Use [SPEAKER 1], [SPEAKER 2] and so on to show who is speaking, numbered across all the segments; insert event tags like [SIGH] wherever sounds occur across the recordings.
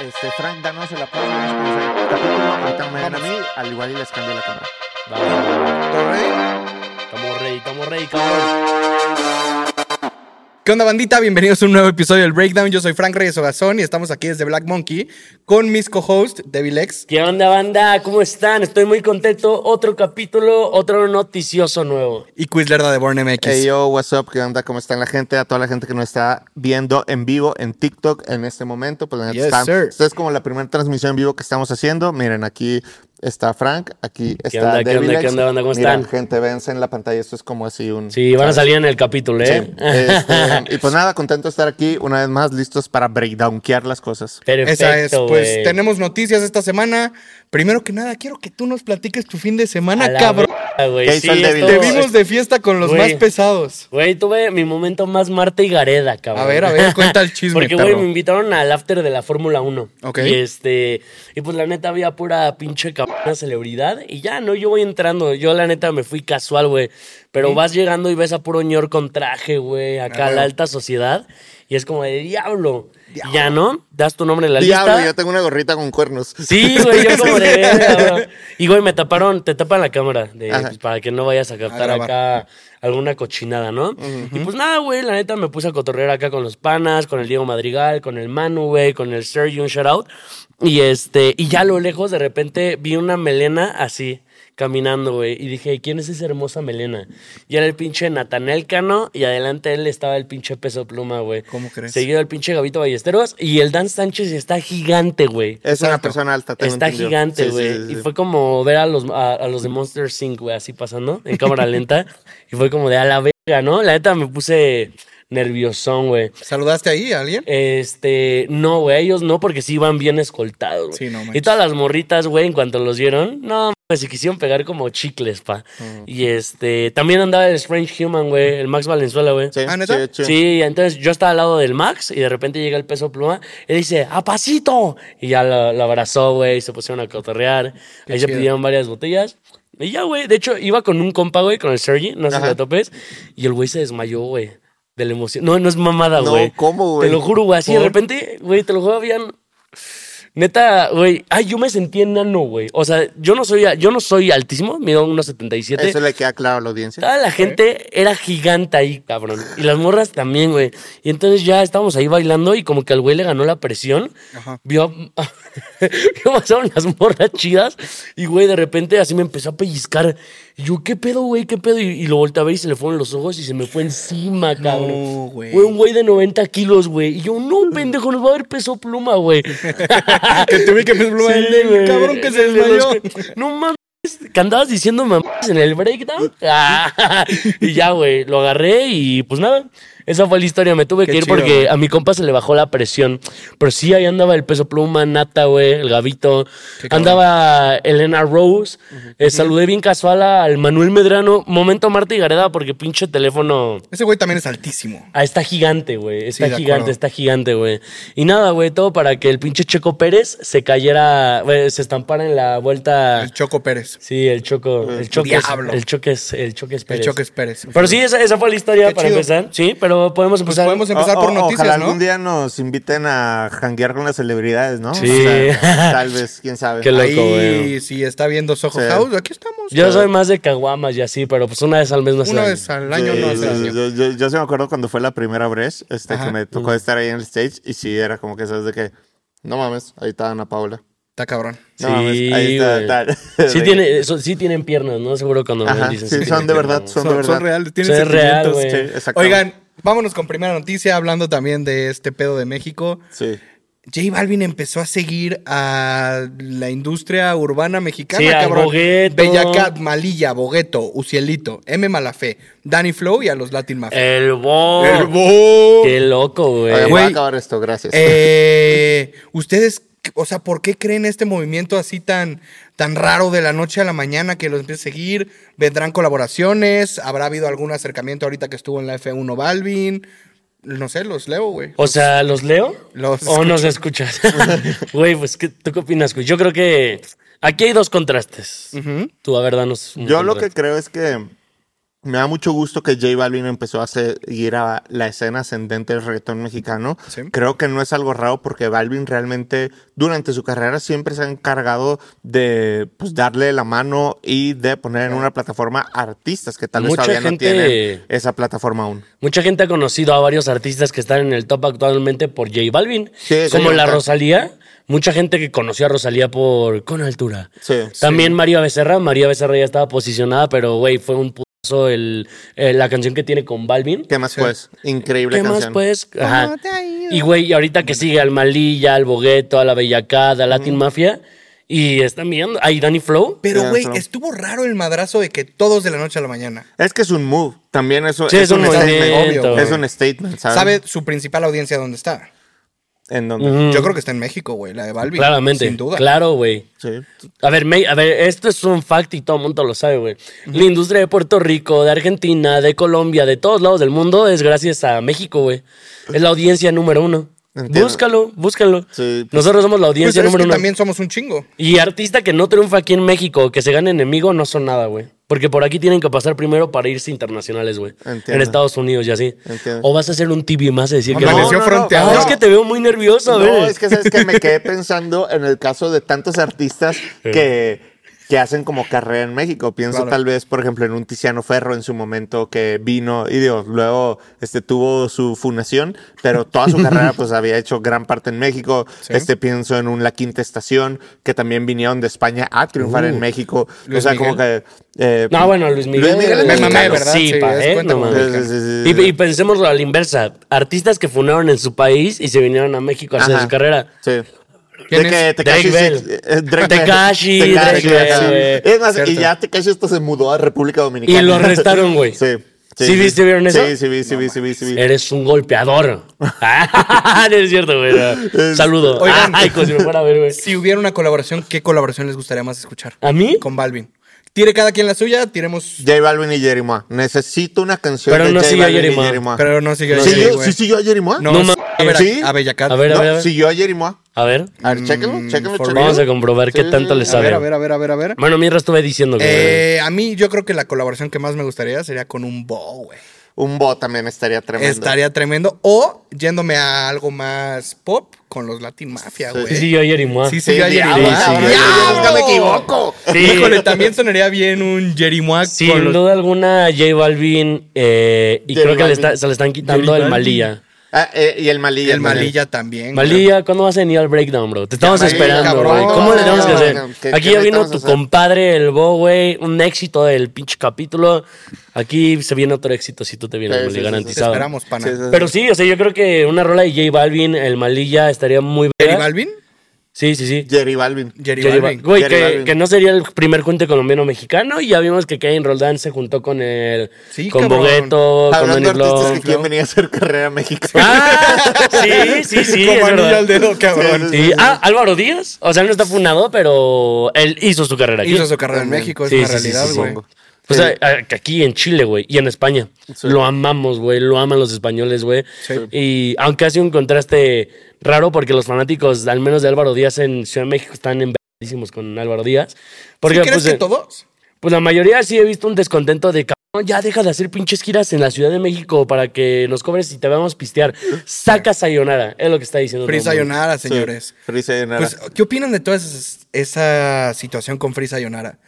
[SPEAKER 1] este, Frank, danos el aplauso. El capítulo, ahorita me ven a mí, al igual y les cambio la cámara.
[SPEAKER 2] Vamos,
[SPEAKER 1] ¿Todo ready?
[SPEAKER 2] estamos rey, estamos rey, cabrón.
[SPEAKER 3] ¿Qué onda, bandita? Bienvenidos a un nuevo episodio del Breakdown. Yo soy Frank Reyes Ogazón y estamos aquí desde Black Monkey con mis co-hosts, Devilex.
[SPEAKER 2] ¿Qué onda, banda? ¿Cómo están? Estoy muy contento. Otro capítulo, otro noticioso nuevo.
[SPEAKER 3] y Quizlerda de Born MX.
[SPEAKER 1] Hey, yo, what's up? ¿Qué onda? ¿Cómo están la gente? A toda la gente que nos está viendo en vivo en TikTok en este momento. Pues, la neta,
[SPEAKER 3] Yes,
[SPEAKER 1] están-
[SPEAKER 3] sir.
[SPEAKER 1] Esta es como la primera transmisión en vivo que estamos haciendo. Miren, aquí está Frank, aquí está
[SPEAKER 2] onda, qué onda,
[SPEAKER 1] Devilex.
[SPEAKER 2] qué onda, banda? ¿Cómo
[SPEAKER 1] Miren,
[SPEAKER 2] están?
[SPEAKER 1] gente, vense en la pantalla. Esto es como así un...
[SPEAKER 2] Sí, van a salir en el capítulo,
[SPEAKER 1] Sí,
[SPEAKER 2] ¿eh? [LAUGHS]
[SPEAKER 1] este, y pues nada, contento de estar aquí una vez más, listos para breakdownkear las cosas.
[SPEAKER 2] Perfecto,
[SPEAKER 3] Esa es, pues
[SPEAKER 2] güey.
[SPEAKER 3] tenemos noticias esta semana. Primero que nada, quiero que tú nos platiques tu fin de semana,
[SPEAKER 2] A la
[SPEAKER 3] cabrón.
[SPEAKER 2] verga, güey.
[SPEAKER 1] ¿Qué
[SPEAKER 2] Sí,
[SPEAKER 1] hizo el débil?
[SPEAKER 2] esto-
[SPEAKER 3] Te vimos de fiesta con los
[SPEAKER 2] Güey.
[SPEAKER 3] más pesados.
[SPEAKER 2] Güey, tuve mi momento más Marta y Gareda, cabrón.
[SPEAKER 3] A ver, a ver, cuenta el chisme,
[SPEAKER 2] Porque, güey,
[SPEAKER 3] perro.
[SPEAKER 2] me invitaron al after de la Fórmula 1.
[SPEAKER 3] Ok.
[SPEAKER 2] Y este. Y pues la neta había pura pinche cabrona celebridad. Y ya, no, yo voy entrando. Yo la neta me fui casual, güey. Pero vas llegando y ves a puro ñor con traje, güey. Acá
[SPEAKER 3] Ah,
[SPEAKER 2] a la
[SPEAKER 3] güey.
[SPEAKER 2] alta sociedad. Y es como de diablo. Y Ya, ¿no? Das tu nombre en la
[SPEAKER 1] Diablo,
[SPEAKER 2] lista.
[SPEAKER 1] yo tengo una gorrita con cuernos.
[SPEAKER 2] Sí, güey, yo como de verga, bro. Y güey, me taparon, te tapan la cámara de-
[SPEAKER 1] Ajá.
[SPEAKER 2] pues, para que no vayas a captar
[SPEAKER 3] grabar.
[SPEAKER 2] acá alguna cochinada, ¿no? Y pues nada, güey, la neta me puse a cotorrear acá con los panas, con el Diego Madrigal, con el Manu, güey, con el Sergio, un shout out. Y este, y ya a lo lejos de repente vi una melena así. Caminando, güey, y dije, ¿quién es esa hermosa melena? Y era el pinche Natanel Cano, y adelante de él estaba el pinche peso pluma, güey.
[SPEAKER 3] ¿Cómo crees?
[SPEAKER 2] Seguido el pinche Gavito Ballesteros, y el Dan Sánchez está gigante, güey.
[SPEAKER 1] Es una
[SPEAKER 3] Exacto.
[SPEAKER 1] persona alta. tengo
[SPEAKER 2] Está
[SPEAKER 1] entendido.
[SPEAKER 2] gigante,
[SPEAKER 1] Sí, sí,
[SPEAKER 2] güey.
[SPEAKER 1] sí, sí.
[SPEAKER 2] Y fue como ver a los, a, a los de Monster Inc, güey, así pasando en cámara
[SPEAKER 1] [LAUGHS]
[SPEAKER 2] lenta. Y fue como de a la verga, ¿no? La neta me puse nerviosón, güey.
[SPEAKER 3] ¿Saludaste ahí a alguien?
[SPEAKER 2] Este, no, güey, ellos no, porque sí iban bien escoltados. güey.
[SPEAKER 3] Sí, no manches.
[SPEAKER 2] y todas las morritas, güey, en cuanto los vieron, no, pues se quisieron pegar como chicles, pa. Y este, también andaba el Strange Human, güey, el Max Valenzuela, güey.
[SPEAKER 1] Sí,
[SPEAKER 3] Ah, ¿neta?
[SPEAKER 1] sí, sí.
[SPEAKER 2] Sí, entonces yo estaba al lado del Max y de repente llega el peso pluma. Él dice, ¡A pasito! Y ya lo, lo abrazó, güey, se pusieron a cotorrear. Ahí se
[SPEAKER 3] chido.
[SPEAKER 2] pidieron varias botellas. Y ya, güey. De hecho, iba con un compa, güey, con el Sergi, no sé si
[SPEAKER 1] Ajá.
[SPEAKER 2] lo topes. Y el güey se desmayó, güey, de la emoción. No, no es mamada,
[SPEAKER 1] No,
[SPEAKER 2] güey.
[SPEAKER 1] ¿cómo, güey?
[SPEAKER 2] Te lo juro, güey. Así de
[SPEAKER 3] ¿Por?
[SPEAKER 2] repente, güey, te lo juro, habían. Neta, güey. Ay, yo me sentí enano, güey. O sea, yo no soy, yo no soy altísimo, mido unos 77.
[SPEAKER 1] Eso le queda claro a la audiencia.
[SPEAKER 2] Toda la gente era gigante ahí, cabrón. Y las morras también, güey. Y entonces ya estábamos ahí bailando y como que al güey le ganó la presión.
[SPEAKER 3] Ajá.
[SPEAKER 2] Vio, [LAUGHS] vio pasar unas morras chidas. Y, güey, de repente así me empezó a pellizcar. Y yo, ¿qué pedo, güey? ¿Qué pedo? Y, y lo volteé a ver y se le fueron los ojos y se me fue encima, cabrón.
[SPEAKER 3] güey.
[SPEAKER 2] Güey, un güey de 90 kilos, güey. Y yo, no, pendejo, nos va a ver peso pluma, güey.
[SPEAKER 3] [LAUGHS]
[SPEAKER 2] [LAUGHS]
[SPEAKER 3] que tuve que me
[SPEAKER 2] Sí,
[SPEAKER 3] el
[SPEAKER 2] güey.
[SPEAKER 3] cabrón que se
[SPEAKER 2] El de los
[SPEAKER 3] desmayó.
[SPEAKER 2] que- No mames. Que andabas diciendo mamadas en el breakdown. Ah, [LAUGHS] y ya, güey, lo agarré y pues nada. Esa fue la historia. Me tuve
[SPEAKER 3] Qué
[SPEAKER 2] que ir
[SPEAKER 3] chido,
[SPEAKER 2] porque
[SPEAKER 3] güey.
[SPEAKER 2] a mi compa se le bajó la presión. Pero sí, ahí andaba el peso pluma, Nata, güey, el Gavito.
[SPEAKER 3] Qué cabrón.
[SPEAKER 2] Andaba Elena Rose. Eh, saludé bien casual al Manuel Medrano. Momento Marta y Gareda porque pinche teléfono.
[SPEAKER 3] Ese güey también es altísimo.
[SPEAKER 2] Ah, está gigante, güey. Está
[SPEAKER 3] de
[SPEAKER 2] gigante,
[SPEAKER 3] acuerdo.
[SPEAKER 2] está gigante, güey. Y nada, güey, todo para que el pinche Checo Pérez se cayera, güey, se estampara en la vuelta.
[SPEAKER 3] El Choco Pérez.
[SPEAKER 2] sí, el Choco. El Choco.
[SPEAKER 3] diablo.
[SPEAKER 2] El Choco es, el Choco es
[SPEAKER 3] El
[SPEAKER 2] Pérez.
[SPEAKER 3] Choco Pérez.
[SPEAKER 2] Pero sí, esa, esa fue la historia
[SPEAKER 3] Qué
[SPEAKER 2] para
[SPEAKER 3] chido.
[SPEAKER 2] empezar. Sí, pero podemos
[SPEAKER 3] Pues
[SPEAKER 2] empezar.
[SPEAKER 3] podemos empezar
[SPEAKER 1] O-
[SPEAKER 3] por
[SPEAKER 1] o-
[SPEAKER 3] noticias,
[SPEAKER 1] Ojalá
[SPEAKER 3] ¿no?
[SPEAKER 1] algún día nos inviten a janguear con las celebridades, ¿no?
[SPEAKER 2] Sí.
[SPEAKER 1] tal vez, quién sabe.
[SPEAKER 2] Qué loco,
[SPEAKER 3] Ahí
[SPEAKER 2] güey.
[SPEAKER 3] sí está viendo Soho
[SPEAKER 1] Sí.
[SPEAKER 3] House. Aquí estamos.
[SPEAKER 2] Yo soy más de caguamas y así, pero pues una vez al mes no
[SPEAKER 3] em- Una vez al año,
[SPEAKER 1] Sí,
[SPEAKER 3] no
[SPEAKER 1] sí,
[SPEAKER 3] hace
[SPEAKER 1] sí,
[SPEAKER 3] daño.
[SPEAKER 1] yo, yo, yo sí me acuerdo cuando fue la primera vez este,
[SPEAKER 3] Ajá.
[SPEAKER 1] que me tocó estar ahí en el stage y sí, era como que sabes de que, no mames, ahí está Ana Paula.
[SPEAKER 3] Está cabrón.
[SPEAKER 1] No mames,
[SPEAKER 2] Sí,
[SPEAKER 1] ahí está
[SPEAKER 2] güey.
[SPEAKER 1] tal. [LAUGHS]
[SPEAKER 2] Sí, tiene, so- sí tienen piernas, ¿no? Seguro cuando me
[SPEAKER 1] Ajá,
[SPEAKER 2] dicen.
[SPEAKER 1] sí,
[SPEAKER 2] sí
[SPEAKER 1] son
[SPEAKER 2] tienen
[SPEAKER 1] de verdad,
[SPEAKER 2] piernas.
[SPEAKER 1] son, de
[SPEAKER 3] Son,
[SPEAKER 1] verdad.
[SPEAKER 3] son reales, tienen
[SPEAKER 2] Son real,
[SPEAKER 3] sentimientos.
[SPEAKER 2] güey.
[SPEAKER 1] Sí, exacto.
[SPEAKER 3] Oigan, vámonos con primera noticia, hablando también de este pedo de México.
[SPEAKER 1] Sí.
[SPEAKER 3] J Balvin empezó a seguir a la industria urbana mexicana,
[SPEAKER 2] Sí, al
[SPEAKER 3] cabrón.
[SPEAKER 2] Bogueto.
[SPEAKER 3] Bellacat, Malilla, Bogueto, Ucielito, M. Malafé, Danny Flow y a los Latin Mafia.
[SPEAKER 2] El bo.
[SPEAKER 3] El Bo.
[SPEAKER 2] Qué loco,
[SPEAKER 1] Oigan,
[SPEAKER 2] güey.
[SPEAKER 1] voy a
[SPEAKER 3] güey.
[SPEAKER 1] acabar esto, gracias.
[SPEAKER 3] Eh, ¿Ustedes, o sea, por qué creen este movimiento así tan, tan raro de la noche a la mañana que los empiece a seguir? ¿Vendrán colaboraciones? ¿Habrá habido algún acercamiento ahorita que estuvo en la F1 Balvin? No sé, los leo, güey.
[SPEAKER 2] O sea, ¿los leo?
[SPEAKER 3] Los
[SPEAKER 2] ¿O nos escuchas? [LAUGHS] Güey, pues, ¿qué- ¿tú qué opinas? güey? Yo creo que aquí hay dos contrastes. Tú, a ver, danos. un
[SPEAKER 1] Yo lo que
[SPEAKER 2] contraste.
[SPEAKER 1] creo es que Me da mucho gusto que J Balvin empezó a seguir a la escena ascendente del reggaetón mexicano.
[SPEAKER 3] Sí.
[SPEAKER 1] Creo que no es algo raro porque Balvin realmente durante su carrera siempre se ha encargado de pues, darle la mano y de poner en una plataforma artistas que tal vez
[SPEAKER 2] Mucha
[SPEAKER 1] todavía no
[SPEAKER 2] gente-
[SPEAKER 1] tienen esa plataforma aún.
[SPEAKER 2] Mucha gente ha conocido a varios artistas que están en el top actualmente por J Balvin.
[SPEAKER 1] Sí, sí,
[SPEAKER 2] como la
[SPEAKER 1] claro.
[SPEAKER 2] Rosalía. Mucha gente que conoció a Rosalía por Con Altura.
[SPEAKER 1] Sí.
[SPEAKER 2] También María Becerra. María Becerra ya estaba posicionada, pero güey, fue un putazo el, eh, la canción que tiene con Balvin.
[SPEAKER 1] ¿Qué más pues? Increíble
[SPEAKER 2] ¿Qué
[SPEAKER 1] canción.
[SPEAKER 2] más, pues?
[SPEAKER 3] ¿Cómo
[SPEAKER 2] Ajá.
[SPEAKER 3] te ha ido?
[SPEAKER 2] Y, güey, y ahorita que sigue al Malilla, al Bogueto, a la Bellacada, a Latin Mafia. Y están viendo. Ahí Danny Flow.
[SPEAKER 3] Pero,
[SPEAKER 1] Ya,
[SPEAKER 3] güey,
[SPEAKER 1] claro.
[SPEAKER 3] estuvo raro el madrazo de que todos de la noche a la mañana.
[SPEAKER 1] Es que es un move. También eso
[SPEAKER 2] Sí, es un
[SPEAKER 1] statement.
[SPEAKER 3] movimiento.
[SPEAKER 1] es un statement, ¿sabes?
[SPEAKER 3] ¿Sabe su principal audiencia dónde está?
[SPEAKER 1] En donde.
[SPEAKER 3] Yo creo que está en México, güey, la de Balvin.
[SPEAKER 2] Mm. Claramente.
[SPEAKER 3] Sin duda.
[SPEAKER 2] Claro, güey.
[SPEAKER 1] Sí.
[SPEAKER 2] A ver, May, a ver, esto es un fact y todo el mundo lo sabe, güey. La industria de Puerto Rico, de Argentina, de Colombia, de todos lados del mundo es gracias a México, güey. Es la audiencia número uno.
[SPEAKER 1] Entiendo.
[SPEAKER 2] Búscalo, búscalo.
[SPEAKER 1] Sí.
[SPEAKER 2] Nosotros somos la
[SPEAKER 3] Pues
[SPEAKER 2] audiencia
[SPEAKER 3] es que
[SPEAKER 2] número uno.
[SPEAKER 3] también somos un chingo.
[SPEAKER 2] Y artista que no triunfa aquí en México, que se gane enemigo, no son nada, güey. Porque por aquí tienen que pasar primero para irse internacionales, güey.
[SPEAKER 1] Entiendo.
[SPEAKER 2] En Estados Unidos y así.
[SPEAKER 1] Entiendo.
[SPEAKER 2] O vas a hacer un TV más y decir que no.
[SPEAKER 3] Amaneció
[SPEAKER 1] no, no,
[SPEAKER 3] fronteado.
[SPEAKER 2] Ah, es que te veo muy nervioso, güey.
[SPEAKER 1] No, es que sabes que me quedé pensando en el caso de tantos artistas que, que hacen como carrera en México. Pienso
[SPEAKER 3] Claro.
[SPEAKER 1] tal vez, por ejemplo, en un Tiziano Ferro en su momento que vino y digo, luego este, tuvo su fundación, pero toda su carrera pues había hecho gran parte en México.
[SPEAKER 3] Sí.
[SPEAKER 1] Este pienso en un La Quinta Estación que también vinieron de España a triunfar en México.
[SPEAKER 3] Luis
[SPEAKER 1] o sea, como que...
[SPEAKER 3] Miguel.
[SPEAKER 1] eh, pues,
[SPEAKER 2] No, bueno, Luis Miguel.
[SPEAKER 1] Luis Miguel es
[SPEAKER 3] Me mamé,
[SPEAKER 1] mexicano.
[SPEAKER 3] ¿verdad?
[SPEAKER 2] Sí,
[SPEAKER 3] Sí,
[SPEAKER 2] pa,
[SPEAKER 3] es
[SPEAKER 2] ¿eh?
[SPEAKER 3] cuenta
[SPEAKER 2] No
[SPEAKER 3] como
[SPEAKER 2] mames.
[SPEAKER 1] mexicano. Sí, sí, sí, sí.
[SPEAKER 2] Y, y pensémoslo a la inversa. Artistas que fundaron en su país y se vinieron a México a hacer
[SPEAKER 1] Ajá.
[SPEAKER 2] su carrera.
[SPEAKER 1] Sí.
[SPEAKER 3] ¿Quién
[SPEAKER 1] De
[SPEAKER 3] es?
[SPEAKER 1] que
[SPEAKER 2] Drake
[SPEAKER 1] Tekashi
[SPEAKER 2] Bell.
[SPEAKER 1] se- eh, Drake Bell.
[SPEAKER 2] Tekashi,
[SPEAKER 1] Tekashi,
[SPEAKER 2] Drake
[SPEAKER 1] sí.
[SPEAKER 2] Bell,
[SPEAKER 1] Es más, y
[SPEAKER 3] Cierto.
[SPEAKER 1] ya Tekashi hasta se mudó a República Dominicana.
[SPEAKER 2] Y lo arrestaron, güey.
[SPEAKER 1] Sí.
[SPEAKER 2] ¿Sí viste, vieron eso?
[SPEAKER 1] Sí, sí, vi, sí, vi, sí, vi, sí, vi.
[SPEAKER 2] Eres
[SPEAKER 1] [LAUGHS]
[SPEAKER 2] un golpeador. [LAUGHS] Ah, no es cierto, güey. no. Saludo.
[SPEAKER 3] Oigan.
[SPEAKER 2] Ay, como si me fuera a ver, güey.
[SPEAKER 3] Si hubiera una colaboración, ¿qué colaboración les gustaría más escuchar?
[SPEAKER 2] ¿A mí?
[SPEAKER 3] Con Balvin. Tire cada quien la suya, tiremos.
[SPEAKER 1] J Balvin y Jerimoa. Necesito una canción
[SPEAKER 2] Pero
[SPEAKER 1] de
[SPEAKER 2] no
[SPEAKER 1] J
[SPEAKER 2] sigue a
[SPEAKER 1] Balvin y
[SPEAKER 2] Jerimoa.
[SPEAKER 1] Jerimoa.
[SPEAKER 3] Pero no sigue
[SPEAKER 1] Ah. ¿Sí
[SPEAKER 3] ahí,
[SPEAKER 1] siguió-
[SPEAKER 3] güey.
[SPEAKER 1] ¿Sí siguió a Jerimoa?
[SPEAKER 3] No,
[SPEAKER 2] No
[SPEAKER 3] es-
[SPEAKER 2] ma-
[SPEAKER 3] a ver,
[SPEAKER 1] ¿Sí?
[SPEAKER 3] a Bellacat.
[SPEAKER 2] A ver, a ver, a ver.
[SPEAKER 1] siguió a Jerimoa.
[SPEAKER 2] A ver.
[SPEAKER 1] A ver, chéquenlo, chéquenlo,
[SPEAKER 3] for
[SPEAKER 1] chéquenlo.
[SPEAKER 2] Vamos a comprobar qué
[SPEAKER 1] Sí,
[SPEAKER 2] tanto
[SPEAKER 1] sí,
[SPEAKER 2] le
[SPEAKER 1] sí.
[SPEAKER 3] A ver,
[SPEAKER 2] saben.
[SPEAKER 3] a ver, a ver, a ver, a ver.
[SPEAKER 2] Bueno, mientras estuve diciendo que.
[SPEAKER 3] Eh, a mí yo creo que la colaboración que más me gustaría sería con un bow, güey.
[SPEAKER 1] Un bo también estaría tremendo.
[SPEAKER 3] Estaría tremendo. O yéndome a algo más pop con los Latin Mafia,
[SPEAKER 1] Sí.
[SPEAKER 3] güey.
[SPEAKER 2] sí, sí, yo ayer y moi.
[SPEAKER 3] Sí, sí,
[SPEAKER 1] Sí,
[SPEAKER 3] yo ayer.
[SPEAKER 1] diablo,
[SPEAKER 2] Sí,
[SPEAKER 1] ah,
[SPEAKER 2] sí,
[SPEAKER 1] ahora
[SPEAKER 2] yo-
[SPEAKER 1] yo nunca me
[SPEAKER 3] ¡Diablo!
[SPEAKER 1] equivoco.
[SPEAKER 3] [LAUGHS]
[SPEAKER 2] Sí.
[SPEAKER 3] Híjole, también sonaría bien un Jerry Moac
[SPEAKER 2] Sin
[SPEAKER 3] con los-
[SPEAKER 2] duda alguna, J Balvin. eh, y
[SPEAKER 1] J
[SPEAKER 2] creo que le
[SPEAKER 1] Balvin.
[SPEAKER 2] está- se le están quitando
[SPEAKER 3] J Balvin.
[SPEAKER 2] el Malilla.
[SPEAKER 1] Ah, eh, y el Malilla.
[SPEAKER 3] El
[SPEAKER 1] también.
[SPEAKER 3] Malilla también. güey.
[SPEAKER 2] Malilla, ¿cuándo vas a venir al breakdown, bro? Te estamos
[SPEAKER 1] Malilla,
[SPEAKER 2] esperando,
[SPEAKER 3] cabrón.
[SPEAKER 2] güey. ¿Cómo le tenemos que hacer?
[SPEAKER 1] ¿Qué-
[SPEAKER 2] Aquí
[SPEAKER 1] qué
[SPEAKER 2] ya
[SPEAKER 1] le
[SPEAKER 2] vino
[SPEAKER 1] estamos
[SPEAKER 2] tu
[SPEAKER 1] haciendo?
[SPEAKER 2] compadre, el Bo, güey. Un éxito del pinche capítulo. Aquí se viene otro éxito si tú te vienes,
[SPEAKER 1] Sí,
[SPEAKER 2] güey,
[SPEAKER 1] sí, sí, sí.
[SPEAKER 3] Te
[SPEAKER 2] garantizado.
[SPEAKER 3] esperamos, pana.
[SPEAKER 1] Sí, sí, sí.
[SPEAKER 2] Pero sí, o sea, yo creo que una rola de J Balvin, el Malilla, estaría muy
[SPEAKER 3] ¿Jerry
[SPEAKER 2] verga.
[SPEAKER 3] Balvin?
[SPEAKER 2] Sí, sí, sí.
[SPEAKER 1] Jerry Balvin.
[SPEAKER 3] Jerry
[SPEAKER 2] Jerry
[SPEAKER 3] Balvin.
[SPEAKER 2] Ba- Güey,
[SPEAKER 1] Jerry
[SPEAKER 2] que,
[SPEAKER 1] Balvin.
[SPEAKER 2] que no sería el primer junte colombiano mexicano. Y ya vimos que Kevin Roldán se juntó con el.
[SPEAKER 3] Sí,
[SPEAKER 2] con
[SPEAKER 3] cabrón.
[SPEAKER 2] Bogueto, con Donny
[SPEAKER 1] Hablando de artistas
[SPEAKER 2] Flow.
[SPEAKER 1] que quieren venir a hacer carrera a México.
[SPEAKER 2] Ah, sí, sí, sí. es
[SPEAKER 3] Como anillo
[SPEAKER 2] verdad.
[SPEAKER 3] al dedo, cabrón.
[SPEAKER 2] Sí, ah, Álvaro Díaz. O sea, él no está funado, pero él hizo su carrera aquí.
[SPEAKER 3] Hizo su carrera en
[SPEAKER 1] También.
[SPEAKER 3] México, es
[SPEAKER 2] Sí,
[SPEAKER 3] una
[SPEAKER 2] sí, sí,
[SPEAKER 3] realidad,
[SPEAKER 2] sí, sí.
[SPEAKER 3] güey.
[SPEAKER 2] O sea, a- que aquí en Chile, güey, y en España. Lo amamos, güey, lo aman los españoles, güey.
[SPEAKER 3] Sí.
[SPEAKER 2] Y aunque hace un contraste raro, porque los fanáticos, al menos de Álvaro Díaz en Ciudad de México, están envergadísimos con Álvaro Díaz. Porque,
[SPEAKER 3] ¿Sí crees
[SPEAKER 2] pues,
[SPEAKER 3] que
[SPEAKER 2] eh,
[SPEAKER 3] todos?
[SPEAKER 2] pues la mayoría sí he visto un descontento de cabrón, ya deja de hacer pinches giras en la Ciudad de México para que nos cobres y te vamos a pistear. Saca Sayonara, es lo que está diciendo.
[SPEAKER 3] Free
[SPEAKER 2] todo el mundo.
[SPEAKER 1] [LAUGHS]
[SPEAKER 3] Sayonara, señores.
[SPEAKER 1] Free Sayonara.
[SPEAKER 3] Pues, ¿qué opinan de toda esa, esa situación con Free Sayonara?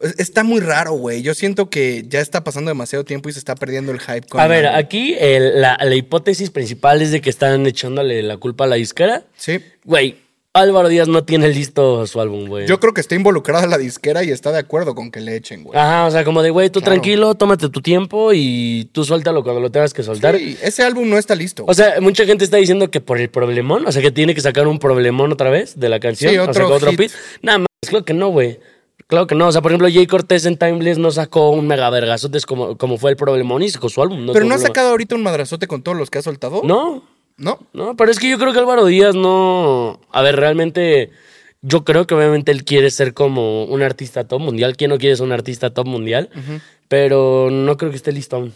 [SPEAKER 3] Es- Está muy raro, güey. Yo siento que ya está pasando demasiado tiempo y se está perdiendo el hype con
[SPEAKER 2] A ver,
[SPEAKER 3] la-
[SPEAKER 2] aquí el- la, la hipótesis principal es de que están echándole la culpa a la disquera.
[SPEAKER 3] Sí.
[SPEAKER 2] Güey, Álvaro Díaz no tiene listo su álbum, güey.
[SPEAKER 3] Yo creo que está involucrada la disquera y está de acuerdo con que le echen, güey.
[SPEAKER 2] Ajá, o sea, como de, güey, tú
[SPEAKER 3] Claro.
[SPEAKER 2] tranquilo, tómate tu tiempo y tú suéltalo cuando lo tengas que soltar.
[SPEAKER 3] Sí, ese álbum no está listo.
[SPEAKER 2] pues, O sea, mucha gente está diciendo que por el problemón, o sea, que tiene que sacar un problemón otra vez de la canción.
[SPEAKER 3] Sí,
[SPEAKER 2] o sea,
[SPEAKER 3] otro
[SPEAKER 2] que otro
[SPEAKER 3] hit.
[SPEAKER 2] beat. Nada más, claro que no, güey. Claro que no. O sea, por ejemplo, Jay Cortés en Timeless no sacó un mega vergazotes como, como fue el problemón y sacó su álbum.
[SPEAKER 3] Pero no ha
[SPEAKER 2] tuvo problema.
[SPEAKER 3] sacado ahorita un madrazote con todos los que ha soltado.
[SPEAKER 2] No,
[SPEAKER 3] ¿No?
[SPEAKER 2] No, pero es que yo creo que Álvaro Díaz no. A ver, realmente. Yo creo que obviamente él quiere ser como un artista top mundial. ¿Quién no quiere ser un artista top mundial? Pero no creo que esté listo aún.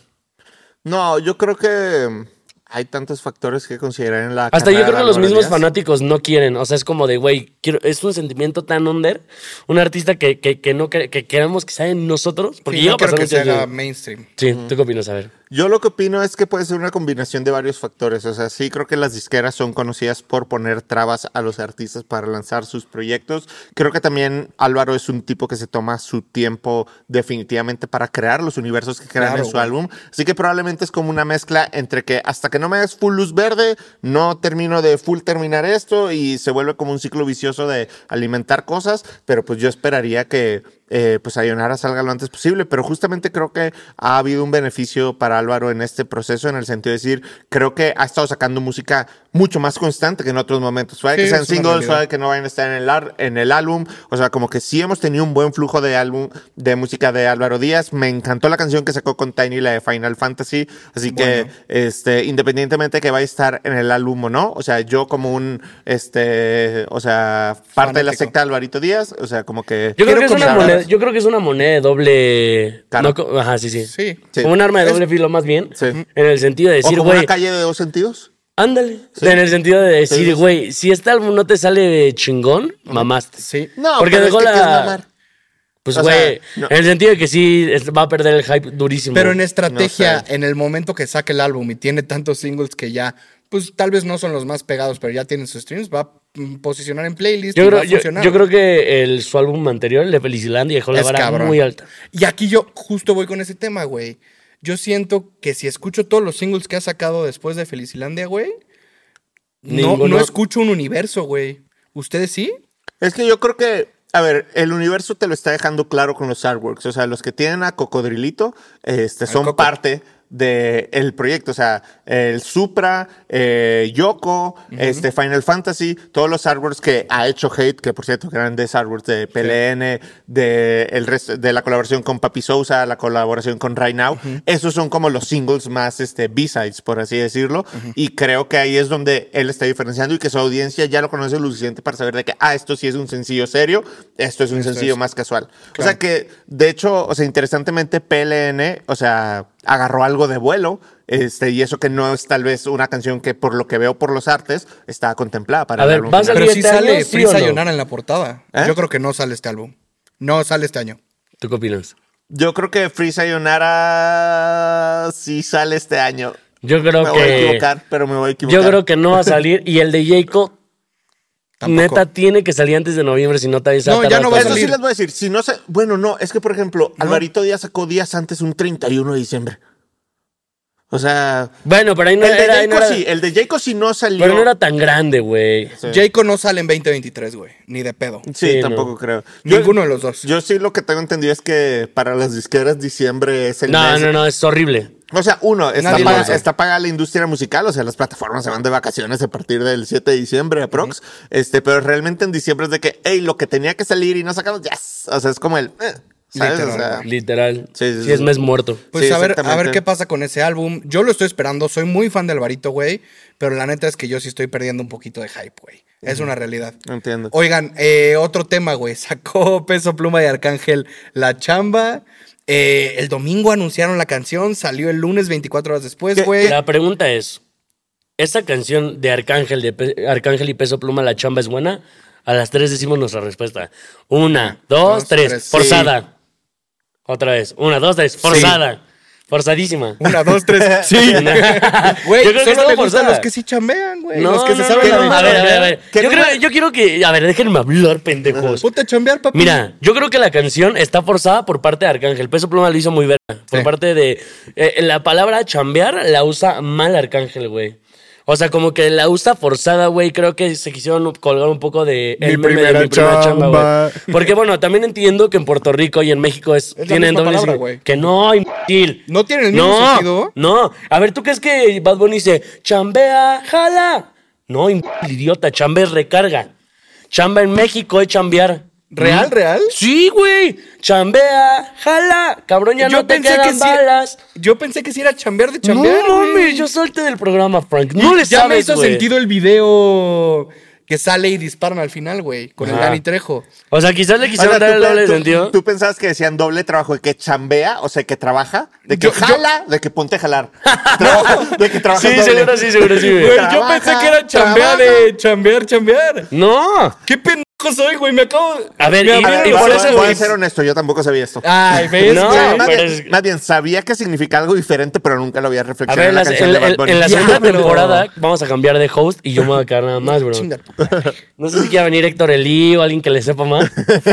[SPEAKER 1] No, yo creo que mm, hay tantos factores que considerar en la.
[SPEAKER 2] Hasta
[SPEAKER 1] carrera
[SPEAKER 2] yo creo
[SPEAKER 1] de
[SPEAKER 2] que los
[SPEAKER 1] Álvaro
[SPEAKER 2] mismos
[SPEAKER 1] Díaz.
[SPEAKER 2] fanáticos no quieren. O sea, es como de, güey, quiero- es un sentimiento tan under. Un artista que, que, que no cre- que queremos que sea en nosotros. Porque
[SPEAKER 3] Sí,
[SPEAKER 2] llega
[SPEAKER 3] no creo
[SPEAKER 2] pasando
[SPEAKER 3] que se
[SPEAKER 2] mucho-
[SPEAKER 3] haga mainstream.
[SPEAKER 2] Sí, ¿tú qué opinas? A ver.
[SPEAKER 1] Yo lo que opino es que puede ser una combinación de varios factores. O sea, sí creo que las disqueras son conocidas por poner trabas a los artistas para lanzar sus proyectos. Creo que también Álvaro es un tipo que se toma su tiempo definitivamente para crear los universos que crean
[SPEAKER 3] Claro,
[SPEAKER 1] en su
[SPEAKER 3] güey.
[SPEAKER 1] álbum. Así que probablemente es como una mezcla entre que hasta que no me des full luz verde, no termino de full terminar esto y se vuelve como un ciclo vicioso de alimentar cosas. Pero pues yo esperaría que eh, pues Ayonara salga lo antes posible, pero justamente creo que ha habido un beneficio para Álvaro en este proceso, en el sentido de decir, creo que ha estado sacando música mucho más constante que en otros momentos. Puede que
[SPEAKER 3] Sí,
[SPEAKER 1] sean
[SPEAKER 3] es una
[SPEAKER 1] singles,
[SPEAKER 3] realidad.
[SPEAKER 1] puede que no vayan a estar en el, ar- en el álbum, o sea, como que sí hemos tenido un buen flujo de álbum, de música de Álvaro Díaz. Me encantó la canción que sacó con Tiny, la de Final Fantasy, así que, este, independientemente que vaya a estar en el álbum o no, o sea, yo como un, este, o sea, parte de la
[SPEAKER 3] Fanático.
[SPEAKER 1] secta de Alvarito Díaz, o sea, como que...
[SPEAKER 2] Yo
[SPEAKER 1] quiero
[SPEAKER 2] creo, que es una
[SPEAKER 1] comparar-
[SPEAKER 2] moneda, yo creo que es una moneda de doble.
[SPEAKER 1] Cara.
[SPEAKER 2] no co- ajá, sí, sí.
[SPEAKER 3] Sí.
[SPEAKER 1] Sí.
[SPEAKER 2] Como un arma de
[SPEAKER 1] Es-
[SPEAKER 2] doble filo, más bien.
[SPEAKER 1] Sí.
[SPEAKER 2] En el sentido de decir,
[SPEAKER 1] o como
[SPEAKER 2] güey.
[SPEAKER 1] una calle de dos sentidos.
[SPEAKER 2] Ándale. En el sentido de
[SPEAKER 1] Sí, sí,
[SPEAKER 2] decir,
[SPEAKER 1] sí.
[SPEAKER 2] güey, si este álbum no te sale chingón, mamaste.
[SPEAKER 3] Sí.
[SPEAKER 1] No,
[SPEAKER 2] Porque
[SPEAKER 1] pero
[SPEAKER 2] dejó
[SPEAKER 1] es que ¿qué es
[SPEAKER 2] la-
[SPEAKER 1] mamar?
[SPEAKER 2] Pues,
[SPEAKER 1] O sea,
[SPEAKER 2] güey,
[SPEAKER 1] no.
[SPEAKER 2] en el sentido de que sí es- va a perder el hype durísimo.
[SPEAKER 3] Pero en estrategia,
[SPEAKER 1] No sé.
[SPEAKER 3] en el momento que saque el álbum y tiene tantos singles que ya, pues tal vez no son los más pegados, pero ya tienen sus streams, va a mm, posicionar en playlist
[SPEAKER 2] yo,
[SPEAKER 3] y
[SPEAKER 2] creo,
[SPEAKER 3] va a
[SPEAKER 2] yo,
[SPEAKER 3] funcionar.
[SPEAKER 2] yo creo que el, su álbum anterior, el de Felicilandia, dejó la
[SPEAKER 3] Es
[SPEAKER 2] vara
[SPEAKER 3] cabrón.
[SPEAKER 2] muy alta.
[SPEAKER 3] Y aquí yo justo voy con ese tema, güey. Yo siento que si escucho todos los singles que ha sacado después de Felicilandia, güey, no,
[SPEAKER 2] Ninguno.
[SPEAKER 3] no escucho un universo, güey. ¿Ustedes sí?
[SPEAKER 1] Es que yo creo que, a ver, el universo te lo está dejando claro con los artworks. O sea, los que tienen a Cocodrilito este, son
[SPEAKER 3] Coco.
[SPEAKER 1] parte del proyecto. O sea, el Supra, eh, Yoko, este, Final Fantasy, todos los artworks que ha hecho Hate, que por cierto, grandes artworks de PLN, de, el resto, de la colaboración con Papi Sousa, la colaboración con Right Now. Esos son como los singles más este, B-sides, por así decirlo. Y creo que ahí es donde él está diferenciando y que su audiencia ya lo conoce lo suficiente para saber de que, ah, esto sí es un sencillo serio, esto es un sencillo
[SPEAKER 3] es.
[SPEAKER 1] más casual. O sea
[SPEAKER 3] Claro.
[SPEAKER 1] que, de hecho, o sea, interesantemente, PLN, o sea, agarró algo de vuelo. Este, y eso que no es tal vez una canción que por lo que veo por los artes está contemplada para
[SPEAKER 2] A
[SPEAKER 1] el
[SPEAKER 2] ver,
[SPEAKER 1] álbum
[SPEAKER 2] vas
[SPEAKER 1] final.
[SPEAKER 2] ¿Sale
[SPEAKER 3] Pero sí
[SPEAKER 2] este
[SPEAKER 3] sale
[SPEAKER 2] año, sí
[SPEAKER 3] Frisa
[SPEAKER 2] o no?
[SPEAKER 3] Yonara en la portada.
[SPEAKER 1] ¿Eh?
[SPEAKER 3] Yo creo que no sale este álbum. No sale este año.
[SPEAKER 2] ¿Tú qué opinas?
[SPEAKER 1] Yo creo que Free Sayonara sí sale este año.
[SPEAKER 2] Yo creo
[SPEAKER 1] me
[SPEAKER 2] que.
[SPEAKER 1] voy a equivocar, pero me voy a equivocar.
[SPEAKER 2] Yo creo que no va a salir. Y el de Jacob,
[SPEAKER 3] Tampoco.
[SPEAKER 2] neta, tiene que salir antes de noviembre, si no te avisa.
[SPEAKER 3] No, ya
[SPEAKER 2] tardas
[SPEAKER 3] no va a
[SPEAKER 1] Eso
[SPEAKER 2] tanto.
[SPEAKER 1] sí
[SPEAKER 3] salir.
[SPEAKER 1] les voy a decir. Si no se, bueno, no, es que por ejemplo, Alvarito Díaz sacó días antes un 31 de diciembre. O sea,
[SPEAKER 2] Bueno, pero ahí
[SPEAKER 1] el
[SPEAKER 2] no,
[SPEAKER 1] de
[SPEAKER 2] era, ahí
[SPEAKER 1] Jayco
[SPEAKER 2] no era-
[SPEAKER 1] sí, el de Jayco sí no salió.
[SPEAKER 2] pero no era tan grande, güey.
[SPEAKER 1] Sí.
[SPEAKER 3] Jayco no sale en 2023, güey. Ni de pedo.
[SPEAKER 1] Sí,
[SPEAKER 2] Sí,
[SPEAKER 1] tampoco
[SPEAKER 2] no.
[SPEAKER 1] creo. Yo-
[SPEAKER 3] Ninguno de los dos.
[SPEAKER 1] Yo sí lo que tengo entendido es que para las disqueras diciembre es el
[SPEAKER 2] No,
[SPEAKER 1] mes.
[SPEAKER 2] no, no, es horrible.
[SPEAKER 1] O sea, uno, está,
[SPEAKER 3] Nadie
[SPEAKER 1] paga-
[SPEAKER 3] lo hace.
[SPEAKER 1] está pagada la industria musical, o sea, las plataformas se van de vacaciones a partir del 7 de diciembre, aprox. Este, pero realmente en diciembre es de que, hey, lo que tenía que salir y no sacamos, yes. O sea, es como el, eh, ¿sabes? O sea,
[SPEAKER 3] Literal.
[SPEAKER 2] Literal.
[SPEAKER 1] Sí, sí,
[SPEAKER 2] sí,
[SPEAKER 1] sí.
[SPEAKER 2] es mes muerto.
[SPEAKER 3] Pues
[SPEAKER 1] Sí,
[SPEAKER 3] a, ver, a
[SPEAKER 1] exactamente.
[SPEAKER 3] ver qué pasa con ese álbum. Yo lo estoy esperando, soy muy fan de Alvarito, güey, pero la neta es que yo sí estoy perdiendo un poquito de hype, güey. Es una realidad.
[SPEAKER 1] entiendo.
[SPEAKER 3] Oigan, eh, otro tema, güey. [LAUGHS] Sacó Peso Pluma y Arcángel la chamba. Eh, el domingo anunciaron la canción, salió el lunes 24 horas después,
[SPEAKER 1] ¿Qué?
[SPEAKER 3] güey.
[SPEAKER 2] La pregunta es: ¿esa canción de Arcángel, de Pe- Arcángel y Peso Pluma, La Chamba, es buena? A las tres decimos nuestra respuesta. Una, dos,
[SPEAKER 3] dos,
[SPEAKER 2] tres.
[SPEAKER 3] tres.
[SPEAKER 2] Forzada. Otra vez. Una, dos, tres. Forzada. Forzadísima.
[SPEAKER 3] Una, dos,
[SPEAKER 2] [LAUGHS]
[SPEAKER 3] tres. Sí. [LAUGHS] Güey,
[SPEAKER 2] Yo creo que
[SPEAKER 3] solo le gustan
[SPEAKER 2] estuvo forzada.
[SPEAKER 3] los que sí chambean, güey.
[SPEAKER 2] No,
[SPEAKER 3] los que
[SPEAKER 2] no,
[SPEAKER 3] se
[SPEAKER 2] no,
[SPEAKER 3] saben
[SPEAKER 2] no,
[SPEAKER 3] la
[SPEAKER 2] A ver, a ver, a ver.
[SPEAKER 1] Que
[SPEAKER 2] Yo,
[SPEAKER 1] no
[SPEAKER 2] creo,
[SPEAKER 1] me-
[SPEAKER 2] yo quiero que. A ver, déjenme hablar, pendejos.
[SPEAKER 3] Puta chambear, papi.
[SPEAKER 2] Mira, yo creo que la canción está forzada por parte de Arcángel. Peso Pluma lo hizo muy verga. Por
[SPEAKER 3] Sí.
[SPEAKER 2] parte de. eh, la palabra chambear la usa mal Arcángel, güey. O sea, como que la usa forzada, güey. Creo que se quisieron colgar un poco de.
[SPEAKER 3] Mi primera chamba.
[SPEAKER 2] güey. Porque, bueno, también entiendo que en Puerto Rico y en México es,
[SPEAKER 3] Es la
[SPEAKER 2] tienen
[SPEAKER 3] misma
[SPEAKER 2] doble.
[SPEAKER 3] palabra,
[SPEAKER 2] signi-
[SPEAKER 3] güey.
[SPEAKER 2] que no, imbécil.
[SPEAKER 3] ¿No tienen el mismo
[SPEAKER 2] no,
[SPEAKER 3] sentido?
[SPEAKER 2] No. A ver, ¿tú crees que Bad Bunny dice chambea, jala? No, imbécil, idiota. Chamba es recarga. Chamba en México es chambear.
[SPEAKER 3] ¿Real,
[SPEAKER 2] ¿Mm?
[SPEAKER 3] real?
[SPEAKER 2] Sí, güey. Chambea, jala. Cabrón, ya no te quedan
[SPEAKER 3] sí-
[SPEAKER 2] balas.
[SPEAKER 3] Yo pensé que sí era chambear de chambear.
[SPEAKER 2] no
[SPEAKER 3] güey.
[SPEAKER 2] mames, yo salte del programa, Frank. No
[SPEAKER 3] Y
[SPEAKER 2] le
[SPEAKER 3] ya me
[SPEAKER 2] sabes,
[SPEAKER 3] hizo
[SPEAKER 2] güey.
[SPEAKER 3] sentido el video que sale y disparan al final, güey, con el
[SPEAKER 2] Ajá.
[SPEAKER 3] Dani Trejo.
[SPEAKER 2] O sea, quizás le
[SPEAKER 1] O sea,
[SPEAKER 2] quisieron dar el
[SPEAKER 1] pe-
[SPEAKER 2] doble de sentido.
[SPEAKER 1] tú pensabas que decían doble trabajo, de que chambea, o sea, que trabaja, de que
[SPEAKER 3] Yo- yo-
[SPEAKER 1] jala, de que ponte a jalar. Trabaja- de que trabaja
[SPEAKER 2] Sí,
[SPEAKER 1] doble.
[SPEAKER 2] seguro sí, seguro sí, güey.
[SPEAKER 3] Güey, yo
[SPEAKER 1] Trabaja,
[SPEAKER 3] pensé que era chambea de chambear, chambear.
[SPEAKER 2] No.
[SPEAKER 3] ¿Qué pendejo soy, güey? Me acabo de...
[SPEAKER 2] A ver,
[SPEAKER 3] me
[SPEAKER 2] y-
[SPEAKER 1] A
[SPEAKER 3] abrieron
[SPEAKER 1] ver,
[SPEAKER 2] y
[SPEAKER 3] los
[SPEAKER 2] por
[SPEAKER 1] voy-
[SPEAKER 2] eso,
[SPEAKER 3] ojos.
[SPEAKER 1] voy a
[SPEAKER 2] güey.
[SPEAKER 1] ser honesto, yo tampoco sabía esto.
[SPEAKER 3] Ay, ¿ves,
[SPEAKER 2] [LAUGHS] No,
[SPEAKER 1] O sea,
[SPEAKER 3] güey?
[SPEAKER 1] más,
[SPEAKER 2] pero
[SPEAKER 1] bien,
[SPEAKER 2] es-
[SPEAKER 1] más bien, sabía que significa algo diferente, pero nunca lo había
[SPEAKER 2] A
[SPEAKER 1] reflexionado en
[SPEAKER 2] ver, en
[SPEAKER 1] la
[SPEAKER 2] la,
[SPEAKER 1] canción
[SPEAKER 2] en
[SPEAKER 1] de
[SPEAKER 2] la-
[SPEAKER 1] Bad
[SPEAKER 2] en-
[SPEAKER 1] Bunny.
[SPEAKER 2] en la
[SPEAKER 1] [LAUGHS]
[SPEAKER 3] Ya,
[SPEAKER 2] segunda
[SPEAKER 3] pero-
[SPEAKER 2] temporada vamos a cambiar de host y yo me voy a quedar nada más, bro.
[SPEAKER 3] Chinga tu
[SPEAKER 2] No sé si quiera venir Héctor Elí o alguien que le sepa más.
[SPEAKER 3] [LAUGHS]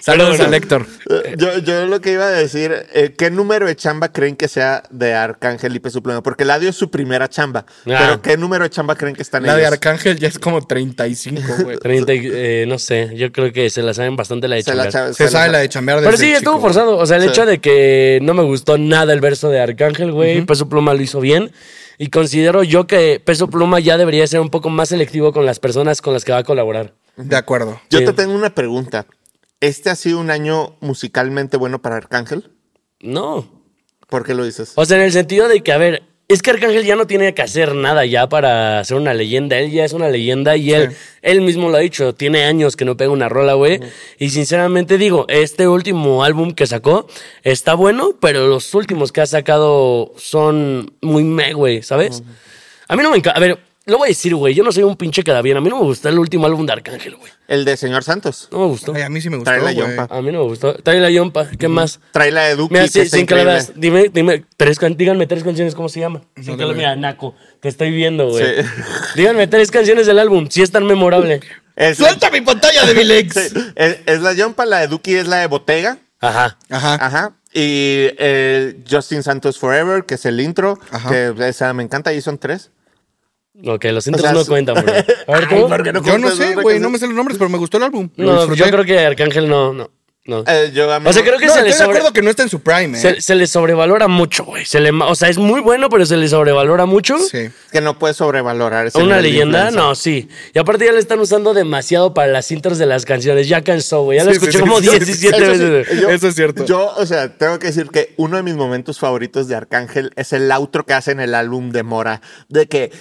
[SPEAKER 3] Saludos
[SPEAKER 2] Pero bueno.
[SPEAKER 3] al Héctor.
[SPEAKER 1] Eh, Yo, yo lo que iba a decir, eh, ¿qué número de chamba creen que sea de Arcángel y Peso Pluma? Porque Ladio es su primera chamba.
[SPEAKER 2] Ah.
[SPEAKER 1] Pero ¿qué número de chamba creen que están
[SPEAKER 3] La de
[SPEAKER 1] ellos?
[SPEAKER 3] Arcángel ya es como 35,
[SPEAKER 2] [LAUGHS]
[SPEAKER 3] güey.
[SPEAKER 2] 30, y- eh, no sé, yo creo que se la saben bastante la de
[SPEAKER 1] Se la
[SPEAKER 2] chambear.
[SPEAKER 1] cha-
[SPEAKER 3] Se
[SPEAKER 1] se la
[SPEAKER 3] sabe
[SPEAKER 1] cha-
[SPEAKER 3] la de chambear de
[SPEAKER 2] Pero sí, estuvo forzado. O sea, el
[SPEAKER 1] Sí.
[SPEAKER 2] hecho de que no me gustó nada el verso de Arcángel, güey, Peso Pluma lo hizo bien. Y considero yo que Peso Pluma ya debería ser un poco más selectivo con las personas con las que va a colaborar.
[SPEAKER 3] De acuerdo.
[SPEAKER 1] Yo
[SPEAKER 2] Sí.
[SPEAKER 1] te tengo una pregunta. ¿Este ha sido un año musicalmente bueno para Arcángel?
[SPEAKER 2] No.
[SPEAKER 1] ¿Por qué lo dices?
[SPEAKER 2] O sea, en el sentido de que, a ver, es que Arcángel ya no tiene que hacer nada ya para ser una leyenda. Él ya es una leyenda y él, él mismo lo ha dicho. Tiene años que no pega una rola, güey. Y sinceramente digo, este último álbum que sacó está bueno, pero los últimos que ha sacado son muy meh, güey, ¿sabes? A mí no me encanta. A ver, lo voy a decir, güey. Yo no soy un pinche que da bien. A mí no me gustó el último álbum de Arcángel, güey.
[SPEAKER 1] El de Señor Santos.
[SPEAKER 2] No me gustó.
[SPEAKER 3] Ay, a mí sí me gustó,
[SPEAKER 1] Trae la
[SPEAKER 3] güey.
[SPEAKER 1] yompa.
[SPEAKER 2] A mí no me gustó. Trae la yompa. ¿Qué más?
[SPEAKER 1] Trae la de Duki,
[SPEAKER 2] Mira,
[SPEAKER 1] que
[SPEAKER 2] sí,
[SPEAKER 1] está
[SPEAKER 2] sin
[SPEAKER 1] increíble.
[SPEAKER 2] calaveras. Dime, dime, tres, can- díganme tres canciones, ¿cómo se llama? Sin
[SPEAKER 3] tengo
[SPEAKER 2] calaveras.
[SPEAKER 3] idea.
[SPEAKER 2] mira, Naco, te estoy viendo, güey.
[SPEAKER 1] Sí.
[SPEAKER 2] [LAUGHS] Díganme tres canciones del álbum, si es tan memorable.
[SPEAKER 1] Es,
[SPEAKER 3] ¡Suelta mi pantalla de mi
[SPEAKER 2] [LAUGHS]
[SPEAKER 3] Lex!
[SPEAKER 1] sí, es- es la Yompa, la de Duki es la de Botega.
[SPEAKER 2] Ajá.
[SPEAKER 3] Ajá.
[SPEAKER 1] Ajá. Y el Justin Santos Forever, que es el intro,
[SPEAKER 3] Ajá.
[SPEAKER 1] que esa me encanta, y son tres.
[SPEAKER 2] Ok, los intros
[SPEAKER 1] sea,
[SPEAKER 2] no
[SPEAKER 1] es-
[SPEAKER 2] cuentan, bro. A ver,
[SPEAKER 1] Ay,
[SPEAKER 2] ¿cómo?
[SPEAKER 1] ¿por qué
[SPEAKER 3] Yo no
[SPEAKER 1] conoces
[SPEAKER 3] sé,
[SPEAKER 1] otra
[SPEAKER 3] güey.
[SPEAKER 1] canción?
[SPEAKER 3] No me sé los nombres, pero me gustó el álbum. Lo
[SPEAKER 2] No,
[SPEAKER 3] disfruté.
[SPEAKER 2] yo creo que Arcángel no, no, no.
[SPEAKER 1] Eh, yo a mí
[SPEAKER 2] o sea,
[SPEAKER 1] no-
[SPEAKER 2] creo que
[SPEAKER 3] No,
[SPEAKER 2] se,
[SPEAKER 3] estoy
[SPEAKER 2] le
[SPEAKER 3] de
[SPEAKER 2] sobre-
[SPEAKER 3] acuerdo que no está en su prime, ¿eh?
[SPEAKER 2] se, se le sobrevalora mucho, güey. Se le ma- O sea, es muy bueno, pero se le sobrevalora mucho.
[SPEAKER 3] Sí.
[SPEAKER 1] que no puedes sobrevalorar. ese
[SPEAKER 2] Una
[SPEAKER 1] nivel de
[SPEAKER 2] leyenda,
[SPEAKER 1] influencia.
[SPEAKER 2] no, sí. Y aparte ya le están usando demasiado para las intros de las canciones. Ya cansó, güey. Ya lo
[SPEAKER 3] Sí, sí,
[SPEAKER 2] escuché
[SPEAKER 3] sí,
[SPEAKER 2] como
[SPEAKER 3] sí, sí,
[SPEAKER 2] 17
[SPEAKER 1] Eso sí,
[SPEAKER 2] veces. güey.
[SPEAKER 1] yo-
[SPEAKER 3] [LAUGHS] Eso es cierto.
[SPEAKER 1] Yo, o sea, tengo que decir que uno de mis momentos favoritos de Arcángel es el outro que hace en el álbum de Mora. De que,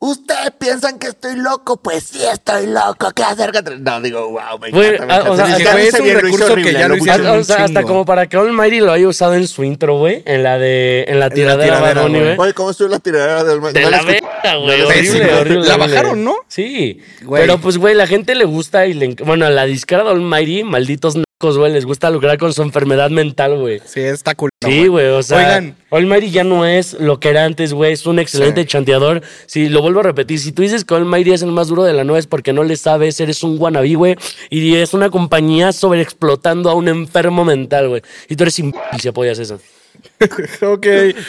[SPEAKER 1] ¿ustedes piensan que estoy loco? Pues sí, estoy loco. ¿Qué hacer? No, digo, wow, me
[SPEAKER 2] Güey,
[SPEAKER 1] encanta. me
[SPEAKER 2] ah,
[SPEAKER 1] encanta.
[SPEAKER 2] o sea,
[SPEAKER 1] Sí,
[SPEAKER 2] es que
[SPEAKER 1] claro,
[SPEAKER 3] güey, es
[SPEAKER 1] ese
[SPEAKER 3] un
[SPEAKER 1] bien lo hizo
[SPEAKER 3] recurso que
[SPEAKER 1] horrible,
[SPEAKER 3] ya lo
[SPEAKER 1] busqué.
[SPEAKER 3] hicieron.
[SPEAKER 2] Ah, o sea,
[SPEAKER 3] un
[SPEAKER 2] hasta
[SPEAKER 3] chingo.
[SPEAKER 2] como para que Almighty lo haya usado en su intro, güey. En la de. En la tiradera, de
[SPEAKER 3] tiradera,
[SPEAKER 2] Bad Bunny,
[SPEAKER 3] güey.
[SPEAKER 2] güey.
[SPEAKER 1] Oye, ¿cómo estuvo la tiradera del no
[SPEAKER 2] De
[SPEAKER 1] la
[SPEAKER 2] la
[SPEAKER 1] escuché. No
[SPEAKER 2] verga, güey.
[SPEAKER 1] la
[SPEAKER 2] horrible,
[SPEAKER 1] escuché.
[SPEAKER 3] escuché.
[SPEAKER 2] horrible,
[SPEAKER 3] La
[SPEAKER 2] horrible.
[SPEAKER 3] bajaron, ¿no?
[SPEAKER 2] Sí.
[SPEAKER 3] Güey.
[SPEAKER 2] Pero pues, güey, la gente le gusta y le. enc- Bueno, a la discara de Almighty, malditos nacos, güey, les gusta lucrar con su enfermedad mental, güey.
[SPEAKER 3] Sí, está cool.
[SPEAKER 2] Sí, güey, o sea, [LAUGHS]
[SPEAKER 3] Oigan.
[SPEAKER 2] Almighty ya no es lo que era antes, güey, es un excelente
[SPEAKER 3] Sí.
[SPEAKER 2] chanteador. Si lo vuelvo a repetir, si tú dices que Almighty es el más duro de la nueva es porque no le sabes, eres un wannabe, güey, y es una compañía sobreexplotando a un enfermo mental, güey. Y tú eres imbécil si apoyas eso.
[SPEAKER 3] [LAUGHS] ok.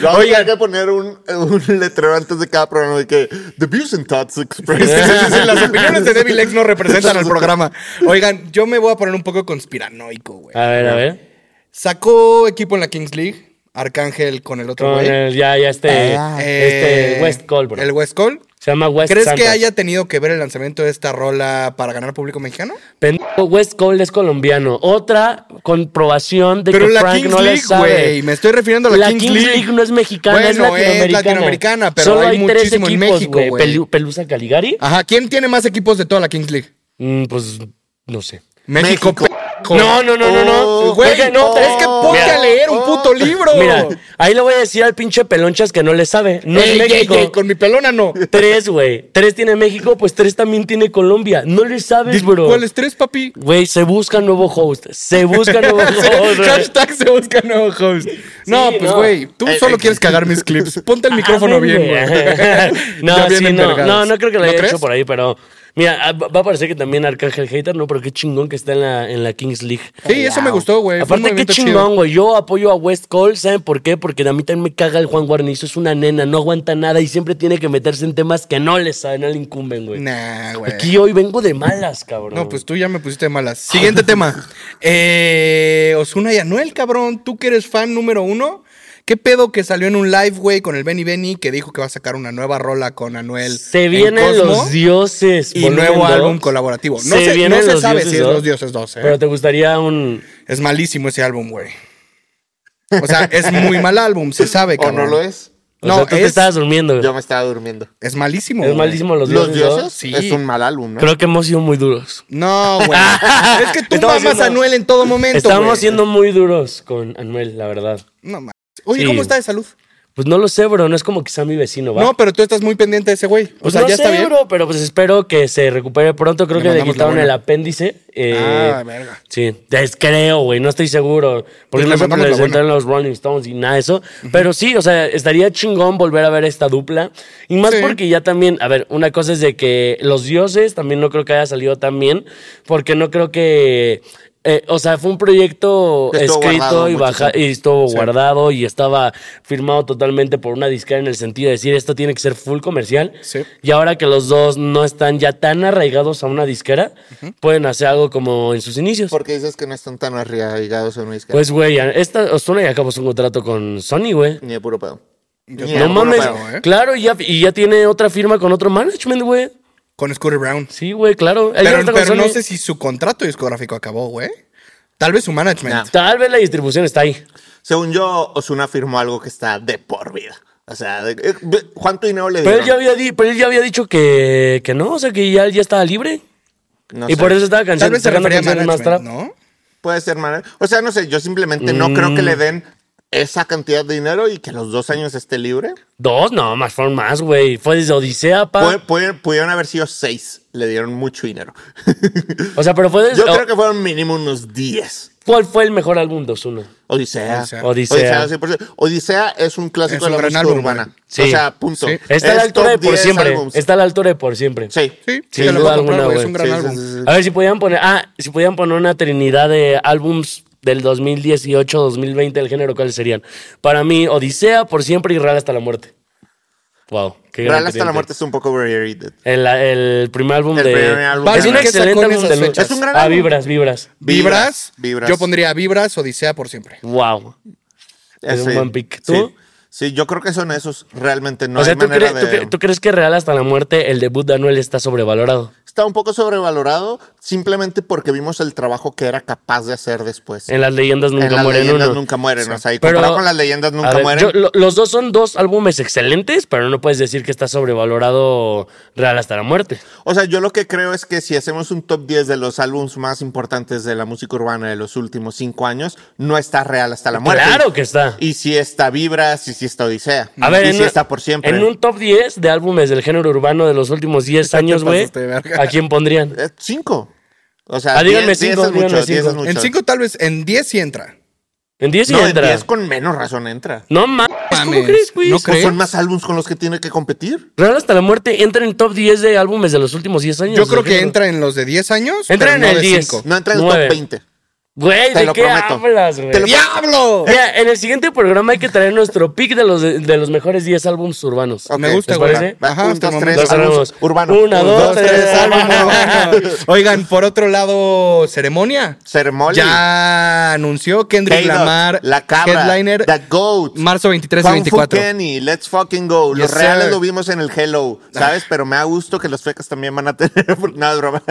[SPEAKER 1] Vamos a tener
[SPEAKER 3] Oigan,
[SPEAKER 1] que poner un, un letrero antes de cada programa de que The views and thoughts
[SPEAKER 3] Sí, sí,
[SPEAKER 1] expressed.
[SPEAKER 3] sí, sí, las opiniones de Devil X no representan
[SPEAKER 2] [LAUGHS]
[SPEAKER 3] al programa. Oigan, yo me voy a poner un poco conspiranoico, güey.
[SPEAKER 2] A ver, a ver.
[SPEAKER 3] Sacó equipo en la Kings League, Arcángel con el otro
[SPEAKER 2] Con
[SPEAKER 3] güey.
[SPEAKER 2] el- ya, ya este,
[SPEAKER 3] Eh,
[SPEAKER 2] este West Cole, bro.
[SPEAKER 3] El West Cole.
[SPEAKER 2] Se llama West
[SPEAKER 3] ¿Crees que
[SPEAKER 2] Santos.
[SPEAKER 3] haya tenido que ver el lanzamiento de esta rola para ganar público mexicano?
[SPEAKER 2] Pendejo, West Cole es colombiano. Otra comprobación de
[SPEAKER 3] Pero
[SPEAKER 2] que
[SPEAKER 3] la
[SPEAKER 2] Frank
[SPEAKER 3] Kings
[SPEAKER 2] no le
[SPEAKER 3] League,
[SPEAKER 2] sabe.
[SPEAKER 3] güey. Me estoy refiriendo a la,
[SPEAKER 2] la Kings, League. no es mexicana, es
[SPEAKER 3] Bueno, eh,
[SPEAKER 2] latinoamericana.
[SPEAKER 3] latinoamericana, pero
[SPEAKER 2] Solo
[SPEAKER 3] hay
[SPEAKER 2] hay, tres
[SPEAKER 3] muchísimo
[SPEAKER 2] equipos,
[SPEAKER 3] en México,
[SPEAKER 2] güey.
[SPEAKER 3] güey. Ah.
[SPEAKER 2] Pelu- Pelusa Caligari.
[SPEAKER 3] Ajá, ¿quién tiene más equipos de toda la Kings League?
[SPEAKER 2] Mm, pues no sé.
[SPEAKER 3] México,
[SPEAKER 1] México.
[SPEAKER 3] pendejo.
[SPEAKER 2] No, no, no, no, no.
[SPEAKER 3] Oh, Güey,
[SPEAKER 2] Oye,
[SPEAKER 3] no,
[SPEAKER 2] no,
[SPEAKER 3] es que
[SPEAKER 2] oh,
[SPEAKER 3] ponte
[SPEAKER 2] mira.
[SPEAKER 3] a leer un puto libro.
[SPEAKER 2] Mira, ahí le voy a decir al pinche pelonchas que no le sabe. No
[SPEAKER 3] Ey,
[SPEAKER 2] es
[SPEAKER 3] ey,
[SPEAKER 2] México.
[SPEAKER 3] ey, con mi pelona
[SPEAKER 2] [LAUGHS]
[SPEAKER 3] no.
[SPEAKER 2] Tres, güey. Tres tiene México, pues tres también tiene Colombia. No le sabes, bro.
[SPEAKER 3] ¿Cuáles tres,
[SPEAKER 2] [LAUGHS]
[SPEAKER 3] papi? [LAUGHS]
[SPEAKER 2] Güey, se busca nuevo host. Se busca nuevo host. güey.
[SPEAKER 3] Hashtag se busca nuevo host. No, pues
[SPEAKER 2] no.
[SPEAKER 3] güey, tú
[SPEAKER 1] Eh,
[SPEAKER 3] solo
[SPEAKER 1] eh.
[SPEAKER 3] quieres cagar
[SPEAKER 2] [LAUGHS]
[SPEAKER 3] mis clips. Ponte el [LAUGHS] micrófono
[SPEAKER 2] Ábrele.
[SPEAKER 3] bien, güey.
[SPEAKER 2] [LAUGHS] no,
[SPEAKER 3] Ya
[SPEAKER 2] sí,
[SPEAKER 3] vienen
[SPEAKER 2] no,
[SPEAKER 3] vergados.
[SPEAKER 2] no, no creo que lo haya
[SPEAKER 3] crees?
[SPEAKER 2] hecho por ahí, pero. Mira, ah, va va a parecer que también Arcángel Hater, ¿no? Pero qué chingón que está en la, en la Kings League.
[SPEAKER 3] Sí, eso me gustó, güey. Fue un
[SPEAKER 2] Aparte, qué
[SPEAKER 3] movimiento chido.
[SPEAKER 2] chingón, güey. Yo apoyo a West Cole, ¿saben por qué? Porque a mí también me caga el Juan Guarnizo. Es una nena, no aguanta nada y siempre tiene que meterse en temas que no le saben, no le incumben, güey.
[SPEAKER 3] Nah, güey.
[SPEAKER 2] Aquí hoy vengo de malas, cabrón.
[SPEAKER 3] No, pues tú ya me pusiste malas.
[SPEAKER 2] [LAUGHS]
[SPEAKER 3] Siguiente tema. Eh, Osuna y Anuel, cabrón. Tú que eres fan número uno. ¿Qué pedo que salió en un live, güey, con el Benny Benny que dijo que va a sacar una nueva rola con Anuel?
[SPEAKER 2] Se
[SPEAKER 3] en
[SPEAKER 2] vienen
[SPEAKER 3] Cosmo
[SPEAKER 2] los dioses.
[SPEAKER 3] Y
[SPEAKER 2] volumen
[SPEAKER 3] nuevo
[SPEAKER 2] dos.
[SPEAKER 3] álbum colaborativo. No
[SPEAKER 2] Se
[SPEAKER 3] se, no
[SPEAKER 2] vienen
[SPEAKER 3] se
[SPEAKER 2] los
[SPEAKER 3] sabe
[SPEAKER 2] dioses
[SPEAKER 3] si es
[SPEAKER 2] dos.
[SPEAKER 3] Los Dioses 2, ¿eh?
[SPEAKER 2] Pero te gustaría un.
[SPEAKER 3] Es malísimo ese álbum, güey. O sea, es muy mal álbum, se sabe,
[SPEAKER 1] [LAUGHS] [LAUGHS] ¿O
[SPEAKER 3] cabrón.
[SPEAKER 1] no lo es?
[SPEAKER 2] O
[SPEAKER 3] No,
[SPEAKER 2] sea, tú te
[SPEAKER 3] es-
[SPEAKER 2] estabas durmiendo, güey.
[SPEAKER 1] Yo me estaba durmiendo.
[SPEAKER 3] Es malísimo.
[SPEAKER 2] Es
[SPEAKER 3] güey.
[SPEAKER 2] malísimo los
[SPEAKER 1] Los
[SPEAKER 2] dioses. ¿no?
[SPEAKER 1] dioses
[SPEAKER 3] Sí.
[SPEAKER 1] es un mal álbum, ¿no?
[SPEAKER 2] Creo que hemos sido muy duros.
[SPEAKER 3] No,
[SPEAKER 2] [LAUGHS]
[SPEAKER 3] güey. es que tú
[SPEAKER 2] Estamos
[SPEAKER 3] mamas
[SPEAKER 2] siendo-
[SPEAKER 3] a Anuel en todo momento.
[SPEAKER 2] Estamos
[SPEAKER 3] güey.
[SPEAKER 2] siendo muy duros con Anuel, la verdad.
[SPEAKER 3] No, ma- Oye,
[SPEAKER 2] Sí.
[SPEAKER 3] ¿cómo está de salud?
[SPEAKER 2] Pues no lo sé, bro. No es como que sea mi vecino, ¿va?
[SPEAKER 3] No, pero tú estás muy pendiente de ese güey. O
[SPEAKER 2] Pues
[SPEAKER 3] sea,
[SPEAKER 2] no
[SPEAKER 3] ya
[SPEAKER 2] sé,
[SPEAKER 3] está bien. Ah,
[SPEAKER 2] bro, pero pues espero que se recupere pronto. Creo
[SPEAKER 3] Le
[SPEAKER 2] que le
[SPEAKER 3] mandamos la
[SPEAKER 2] quitaron
[SPEAKER 3] buena.
[SPEAKER 2] el apéndice. eh,
[SPEAKER 3] Ah, verga.
[SPEAKER 2] Sí, es- creo, güey, no estoy seguro.
[SPEAKER 3] Pues
[SPEAKER 2] Porque
[SPEAKER 3] le
[SPEAKER 2] no se
[SPEAKER 3] mandamos la
[SPEAKER 2] presentaron los Rolling Stones y nada de eso. Pero sí, o sea, estaría chingón volver a ver esta dupla. Y más
[SPEAKER 3] Sí.
[SPEAKER 2] porque ya también, a ver, una cosa es de que los dioses también no creo que haya salido tan bien. Porque no creo que. eh, o sea, fue un proyecto
[SPEAKER 1] Que estuvo
[SPEAKER 2] escrito
[SPEAKER 1] guardado
[SPEAKER 2] y,
[SPEAKER 1] mucho
[SPEAKER 2] baja, y estuvo guardado y estaba firmado totalmente por una disquera en el sentido de decir esto tiene que ser full comercial.
[SPEAKER 3] Sí.
[SPEAKER 2] Y ahora que los dos no están ya tan arraigados a una disquera, pueden hacer algo como en sus inicios.
[SPEAKER 1] Porque dices que no están tan arraigados en una disquera.
[SPEAKER 2] Pues, güey, esta Ozuna ya acabó su contrato con Sony, güey.
[SPEAKER 1] Ni de puro pedo. Ni de
[SPEAKER 2] No
[SPEAKER 1] puro
[SPEAKER 2] mames.
[SPEAKER 1] pedo.
[SPEAKER 3] pedo, ¿eh?
[SPEAKER 2] Claro, y ya, y ya tiene otra firma con otro management, güey.
[SPEAKER 3] Con Scooter Brown.
[SPEAKER 2] Sí, güey, claro. Él ya
[SPEAKER 3] Pero,
[SPEAKER 2] está con
[SPEAKER 3] pero no
[SPEAKER 2] Sony.
[SPEAKER 3] sé si su contrato discográfico acabó, güey. Tal vez su management.
[SPEAKER 1] Nah.
[SPEAKER 2] Tal vez la distribución está ahí.
[SPEAKER 1] Según yo, Osuna firmó algo que está de por vida. O sea, de- eh, de- ¿cuánto dinero le
[SPEAKER 2] Pero
[SPEAKER 1] dieron?
[SPEAKER 2] él ya había, di- pero él ya había dicho que, que no, o sea, que ya, él ya estaba libre.
[SPEAKER 1] No
[SPEAKER 2] y
[SPEAKER 1] sé.
[SPEAKER 2] por eso estaba canción,
[SPEAKER 3] Tal vez se
[SPEAKER 2] sacando
[SPEAKER 3] refería a
[SPEAKER 2] canciones más
[SPEAKER 3] management,
[SPEAKER 2] trap.
[SPEAKER 3] ¿no?
[SPEAKER 1] Puede ser mal. O sea, no sé, yo simplemente no creo
[SPEAKER 2] Mm.
[SPEAKER 1] que le den esa cantidad de dinero y que a los dos años esté libre.
[SPEAKER 2] Dos, no, más fueron más, güey. Fue desde Odisea, pa.
[SPEAKER 1] Pu- pu- pudieron haber sido seis. Le dieron mucho dinero. [LAUGHS]
[SPEAKER 2] Pues, o sea, pero fue desde.
[SPEAKER 1] yo creo que fueron mínimo unos diez.
[SPEAKER 2] ¿Cuál fue el mejor álbum de Ozuna?
[SPEAKER 1] Odisea.
[SPEAKER 3] Odisea.
[SPEAKER 2] Odisea.
[SPEAKER 1] 100%. Odisea es un clásico de
[SPEAKER 3] Es un
[SPEAKER 1] la
[SPEAKER 3] gran
[SPEAKER 1] música
[SPEAKER 3] álbum,
[SPEAKER 1] urbana.
[SPEAKER 3] güey.
[SPEAKER 2] Sí.
[SPEAKER 1] O sea, punto.
[SPEAKER 3] Sí.
[SPEAKER 2] Está a la
[SPEAKER 1] Es
[SPEAKER 2] altura de
[SPEAKER 1] top
[SPEAKER 2] por
[SPEAKER 1] 10
[SPEAKER 2] siempre.
[SPEAKER 1] álbums.
[SPEAKER 2] Está a la altura de por siempre.
[SPEAKER 1] Sí.
[SPEAKER 3] Sí,
[SPEAKER 2] Sí,
[SPEAKER 3] sí, te lo puedo
[SPEAKER 2] duda
[SPEAKER 3] comprar,
[SPEAKER 2] alguna,
[SPEAKER 3] güey. Es
[SPEAKER 2] güey.
[SPEAKER 3] un gran
[SPEAKER 1] Sí, sí,
[SPEAKER 3] álbum.
[SPEAKER 1] sí, sí.
[SPEAKER 2] A ver si podían poner. Ah, si podían poner una trinidad de álbums del 2018-2020 del género, ¿cuáles serían? Para mí, Odisea, por siempre y Real hasta la muerte. Wow. Qué gran
[SPEAKER 1] Real hasta la
[SPEAKER 2] tridente.
[SPEAKER 1] muerte es un poco overrated.
[SPEAKER 2] El, el primer álbum
[SPEAKER 1] El
[SPEAKER 2] de.
[SPEAKER 1] primer álbum.
[SPEAKER 2] Es
[SPEAKER 1] Parece
[SPEAKER 2] un
[SPEAKER 1] que
[SPEAKER 2] excelente
[SPEAKER 3] sacó en
[SPEAKER 2] álbum
[SPEAKER 3] esas
[SPEAKER 2] de lucha.
[SPEAKER 3] fechas.
[SPEAKER 1] Es un gran
[SPEAKER 2] Ah,
[SPEAKER 1] álbum.
[SPEAKER 2] vibras, vibras.
[SPEAKER 3] Vibras,
[SPEAKER 1] Vibras.
[SPEAKER 3] Yo pondría Vibras, Odisea por siempre.
[SPEAKER 2] Wow. Es un
[SPEAKER 1] Sí.
[SPEAKER 2] buen pick.
[SPEAKER 1] Sí.
[SPEAKER 2] ¿Tú?
[SPEAKER 1] Sí, yo creo que son esos. Realmente no
[SPEAKER 2] o sea,
[SPEAKER 1] hay
[SPEAKER 2] ¿tú,
[SPEAKER 1] manera
[SPEAKER 2] cre-
[SPEAKER 1] de...
[SPEAKER 2] tú cre- tú crees que Real hasta la muerte, el debut de Anuel está sobrevalorado?
[SPEAKER 1] Está un poco sobrevalorado simplemente porque vimos el trabajo que era capaz de hacer después.
[SPEAKER 2] En las leyendas nunca
[SPEAKER 1] En las
[SPEAKER 2] mueren
[SPEAKER 1] leyendas
[SPEAKER 2] uno.
[SPEAKER 1] nunca mueren. O sea, y
[SPEAKER 2] Pero-
[SPEAKER 1] comparado con las leyendas
[SPEAKER 2] A
[SPEAKER 1] nunca
[SPEAKER 2] ver,
[SPEAKER 1] mueren.
[SPEAKER 2] yo- lo- los dos son dos álbumes excelentes, pero no puedes decir que está sobrevalorado Real hasta la muerte.
[SPEAKER 1] O sea, yo lo que creo es que si hacemos un top 10 de los álbumes más importantes de la música urbana de los últimos cinco años, no está real hasta la muerte.
[SPEAKER 2] Claro que está.
[SPEAKER 1] Y si está Vibras, y si está Odisea.
[SPEAKER 2] A ver,
[SPEAKER 1] y
[SPEAKER 2] en
[SPEAKER 1] si
[SPEAKER 2] un-
[SPEAKER 1] está por siempre.
[SPEAKER 2] En un top 10 de álbumes del género urbano de los últimos
[SPEAKER 3] [LAUGHS]
[SPEAKER 2] 10
[SPEAKER 3] Te
[SPEAKER 2] años, güey,
[SPEAKER 3] pasaste de verga.
[SPEAKER 1] [LAUGHS]
[SPEAKER 2] ¿a quién pondrían?
[SPEAKER 1] Eh, Cinco. O sea,
[SPEAKER 2] Ah, díganme
[SPEAKER 1] diez- diez
[SPEAKER 2] cinco,
[SPEAKER 1] es mucho,
[SPEAKER 2] díganme
[SPEAKER 1] diez es
[SPEAKER 2] cinco.
[SPEAKER 1] mucho.
[SPEAKER 3] En 5 tal vez, en 10 sí entra.
[SPEAKER 2] En 10 y
[SPEAKER 1] No, en
[SPEAKER 2] entra.
[SPEAKER 1] diez con menos razón entra.
[SPEAKER 2] No mames, ¿cómo
[SPEAKER 3] Mames,
[SPEAKER 2] crees, güey?
[SPEAKER 3] no
[SPEAKER 1] Pues
[SPEAKER 3] ¿Crees?
[SPEAKER 1] son más álbumes con los que tiene que competir.
[SPEAKER 2] Real hasta la muerte entra en top 10 de álbumes de los últimos 10 años.
[SPEAKER 3] Yo creo
[SPEAKER 2] del
[SPEAKER 3] que
[SPEAKER 2] género.
[SPEAKER 3] entra en los de 10 años.
[SPEAKER 2] Entra
[SPEAKER 3] pero
[SPEAKER 2] en
[SPEAKER 3] no
[SPEAKER 2] el
[SPEAKER 3] de
[SPEAKER 2] 10.
[SPEAKER 3] cinco.
[SPEAKER 1] No entra en el
[SPEAKER 2] Nueve.
[SPEAKER 1] top 20.
[SPEAKER 2] Güey,
[SPEAKER 1] Te
[SPEAKER 2] ¿de
[SPEAKER 1] lo
[SPEAKER 2] qué
[SPEAKER 1] prometo.
[SPEAKER 2] hablas, güey?
[SPEAKER 1] Te lo-
[SPEAKER 3] ¡Diablo!
[SPEAKER 2] Mira, en el siguiente programa hay que traer nuestro pick de los, de los mejores 10 álbumes urbanos.
[SPEAKER 1] Ok,
[SPEAKER 3] Me gusta,
[SPEAKER 2] ¿les
[SPEAKER 3] güey.
[SPEAKER 2] parece?
[SPEAKER 1] Va,
[SPEAKER 3] Ajá,
[SPEAKER 1] un,
[SPEAKER 3] hasta el
[SPEAKER 1] dos,
[SPEAKER 3] momento.
[SPEAKER 1] tres,
[SPEAKER 2] Lo
[SPEAKER 1] álbumes
[SPEAKER 2] cerramos.
[SPEAKER 1] urbano.
[SPEAKER 2] Una,
[SPEAKER 1] Un,
[SPEAKER 2] dos, tres, [LAUGHS]
[SPEAKER 1] álbumes.
[SPEAKER 2] álbumes.
[SPEAKER 3] Oigan, por otro lado, ceremonia.
[SPEAKER 1] Ceremoli.
[SPEAKER 3] Ya anunció Kendrick
[SPEAKER 1] Taylor,
[SPEAKER 3] Lamar,
[SPEAKER 1] La Cabra,
[SPEAKER 3] headliner,
[SPEAKER 1] The Goat,
[SPEAKER 3] marzo 23 y
[SPEAKER 1] Kung Fu
[SPEAKER 3] 24.
[SPEAKER 1] Kenny, Let's Fucking Go. Los
[SPEAKER 3] Yes,
[SPEAKER 1] reales
[SPEAKER 3] sir. Ah.
[SPEAKER 1] lo vimos en el Hello, ¿sabes? Pero me da gusto que los fecas también van a [LAUGHS] tener... Nada, es broma.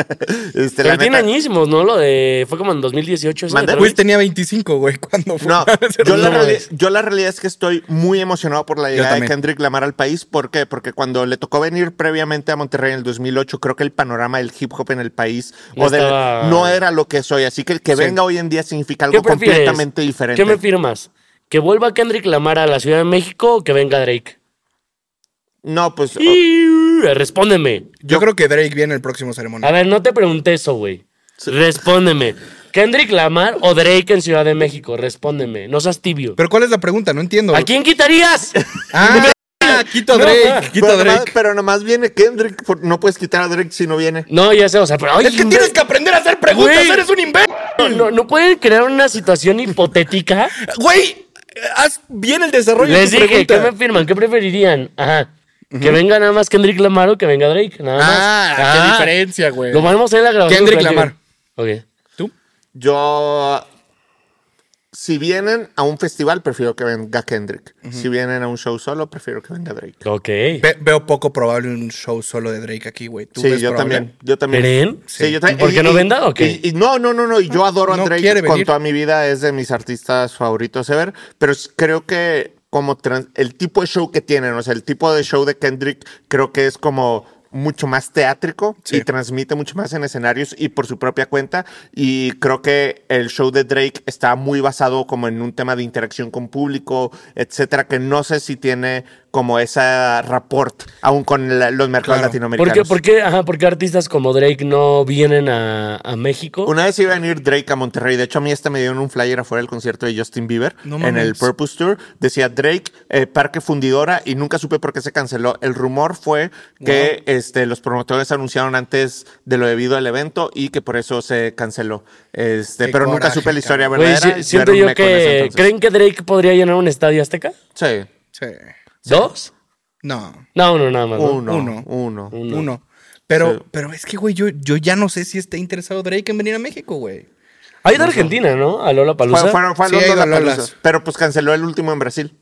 [SPEAKER 1] Este, la
[SPEAKER 2] Pero tiene
[SPEAKER 1] neta-
[SPEAKER 2] añísimos, ¿no? Lo de. Fue como en 2018. eso
[SPEAKER 1] ¿Mande?
[SPEAKER 2] de
[SPEAKER 3] Will
[SPEAKER 2] Travis.
[SPEAKER 3] tenía 25, güey, cuando fue. [LAUGHS]
[SPEAKER 2] [LAUGHS]
[SPEAKER 1] No, yo la,
[SPEAKER 2] No
[SPEAKER 1] reali-
[SPEAKER 2] mames.
[SPEAKER 1] yo la realidad es que estoy muy emocionado por la llegada de
[SPEAKER 3] también.
[SPEAKER 1] Kendrick Lamar al país. ¿Por qué? Porque cuando le tocó venir previamente a Monterrey en el 2008, creo que el panorama del hip hop en el país
[SPEAKER 2] No
[SPEAKER 1] o del-
[SPEAKER 2] estaba-
[SPEAKER 1] no era lo que soy. Así que el que
[SPEAKER 3] Sí.
[SPEAKER 1] venga hoy en día significa
[SPEAKER 2] ¿Qué
[SPEAKER 1] algo
[SPEAKER 2] prefieres?
[SPEAKER 1] completamente diferente.
[SPEAKER 2] ¿Qué me firmas? ¿Que vuelva Kendrick Lamar a la Ciudad de México o que venga Drake?
[SPEAKER 1] no, pues...
[SPEAKER 2] Y- eh, Respóndeme.
[SPEAKER 3] Yo creo que Drake viene el próximo
[SPEAKER 2] A
[SPEAKER 3] ceremonia.
[SPEAKER 2] ver, no te pregunté eso, güey. Respóndeme. ¿Kendrick Lamar o Drake en Ciudad de México? Respóndeme. No seas tibio.
[SPEAKER 3] Pero ¿cuál es la pregunta? No entiendo.
[SPEAKER 2] ¿A
[SPEAKER 1] [LAUGHS]
[SPEAKER 2] quién quitarías?
[SPEAKER 3] Ah, quito a
[SPEAKER 2] [LAUGHS] No,
[SPEAKER 3] Drake,
[SPEAKER 2] ma.
[SPEAKER 3] quito a
[SPEAKER 1] pero, nomás,
[SPEAKER 3] Drake.
[SPEAKER 1] pero nomás viene Kendrick. por- No puedes quitar a Drake si no viene.
[SPEAKER 2] No, ya sé, o sea, pero. ay,
[SPEAKER 3] Es que
[SPEAKER 2] imbé-
[SPEAKER 3] tienes que aprender a hacer preguntas,
[SPEAKER 2] Güey.
[SPEAKER 3] eres un imbécil.
[SPEAKER 2] No, no, no pueden crear una situación hipotética.
[SPEAKER 3] Güey, haz bien el desarrollo
[SPEAKER 2] Les
[SPEAKER 3] de tu
[SPEAKER 2] dije, ¿qué
[SPEAKER 3] pregunta.
[SPEAKER 2] me firman? ¿Qué preferirían? Ajá. Que venga nada más Kendrick Lamar o que venga Drake, nada más.
[SPEAKER 3] Ah, qué diferencia, güey.
[SPEAKER 2] Lo vamos a ir a grabar.
[SPEAKER 3] Kendrick Lamar.
[SPEAKER 2] Ok.
[SPEAKER 3] ¿Tú?
[SPEAKER 1] Yo. Si vienen a un festival, prefiero que venga Kendrick. Si vienen a un show solo, prefiero que venga Drake.
[SPEAKER 2] Ok.
[SPEAKER 3] Ve- veo poco probable un show solo de Drake aquí, güey. ¿Tú
[SPEAKER 1] Sí,
[SPEAKER 3] ves
[SPEAKER 1] yo
[SPEAKER 3] probable?
[SPEAKER 1] también. Yo también.
[SPEAKER 2] ¿Creen?
[SPEAKER 1] Sí, yo
[SPEAKER 2] ¿Y
[SPEAKER 1] también.
[SPEAKER 2] por qué
[SPEAKER 1] Y-
[SPEAKER 2] no
[SPEAKER 1] y-
[SPEAKER 2] venda o qué?
[SPEAKER 1] y- y no, no, no, no. y Yo adoro a
[SPEAKER 3] no
[SPEAKER 1] Drake
[SPEAKER 3] quiere
[SPEAKER 1] con
[SPEAKER 3] venir.
[SPEAKER 1] toda mi vida. Es de mis artistas favoritos ever. Pero s- creo que como tran- el tipo de show que tienen, o sea, el tipo de show de Kendrick creo que es como mucho más teátrico
[SPEAKER 3] Sí.
[SPEAKER 1] y transmite mucho más en escenarios y por su propia cuenta y creo que el show de Drake está muy basado como en un tema de interacción con público, etcétera, que no sé si tiene como esa rapport aún con la- los mercados
[SPEAKER 3] Claro.
[SPEAKER 1] latinoamericanos.
[SPEAKER 2] ¿Por qué, por qué- ajá, por qué artistas como Drake no vienen a, a México?
[SPEAKER 1] Una vez iba a venir Drake a Monterrey. De hecho, a mí esta me dieron un flyer afuera del concierto de Justin Bieber
[SPEAKER 3] No
[SPEAKER 1] en
[SPEAKER 3] mames.
[SPEAKER 1] el Purpose Tour. Decía Drake, eh, Parque Fundidora, y nunca supe por qué se canceló. El rumor fue que este, los promotores anunciaron antes de lo debido al evento y que por eso se canceló. Este,
[SPEAKER 3] Qué
[SPEAKER 1] pero nunca
[SPEAKER 3] coraje,
[SPEAKER 1] supe la historia
[SPEAKER 2] Güey,
[SPEAKER 1] verdadera.
[SPEAKER 2] si-
[SPEAKER 1] y
[SPEAKER 2] siento
[SPEAKER 1] duerme
[SPEAKER 2] yo
[SPEAKER 1] con ese
[SPEAKER 2] que.
[SPEAKER 1] entonces.
[SPEAKER 2] ¿Creen que Drake podría llenar un estadio azteca?
[SPEAKER 1] Sí.
[SPEAKER 3] Sí.
[SPEAKER 2] ¿Dos?
[SPEAKER 3] No.
[SPEAKER 2] No, uno nada más. ¿no?
[SPEAKER 1] Uno,
[SPEAKER 3] Uno.
[SPEAKER 1] uno.
[SPEAKER 3] Uno. Pero,
[SPEAKER 1] Sí.
[SPEAKER 3] pero es que, güey, yo, yo ya no sé si está interesado Drake en venir a México, güey.
[SPEAKER 2] Hay de Argentina, ¿no? A Lola
[SPEAKER 1] Fue,
[SPEAKER 2] Palusa.
[SPEAKER 1] fueron- fue a
[SPEAKER 3] Sí, he ido a
[SPEAKER 1] Lollapalooza,
[SPEAKER 3] Lolas.
[SPEAKER 1] Pero pues canceló el último en Brasil.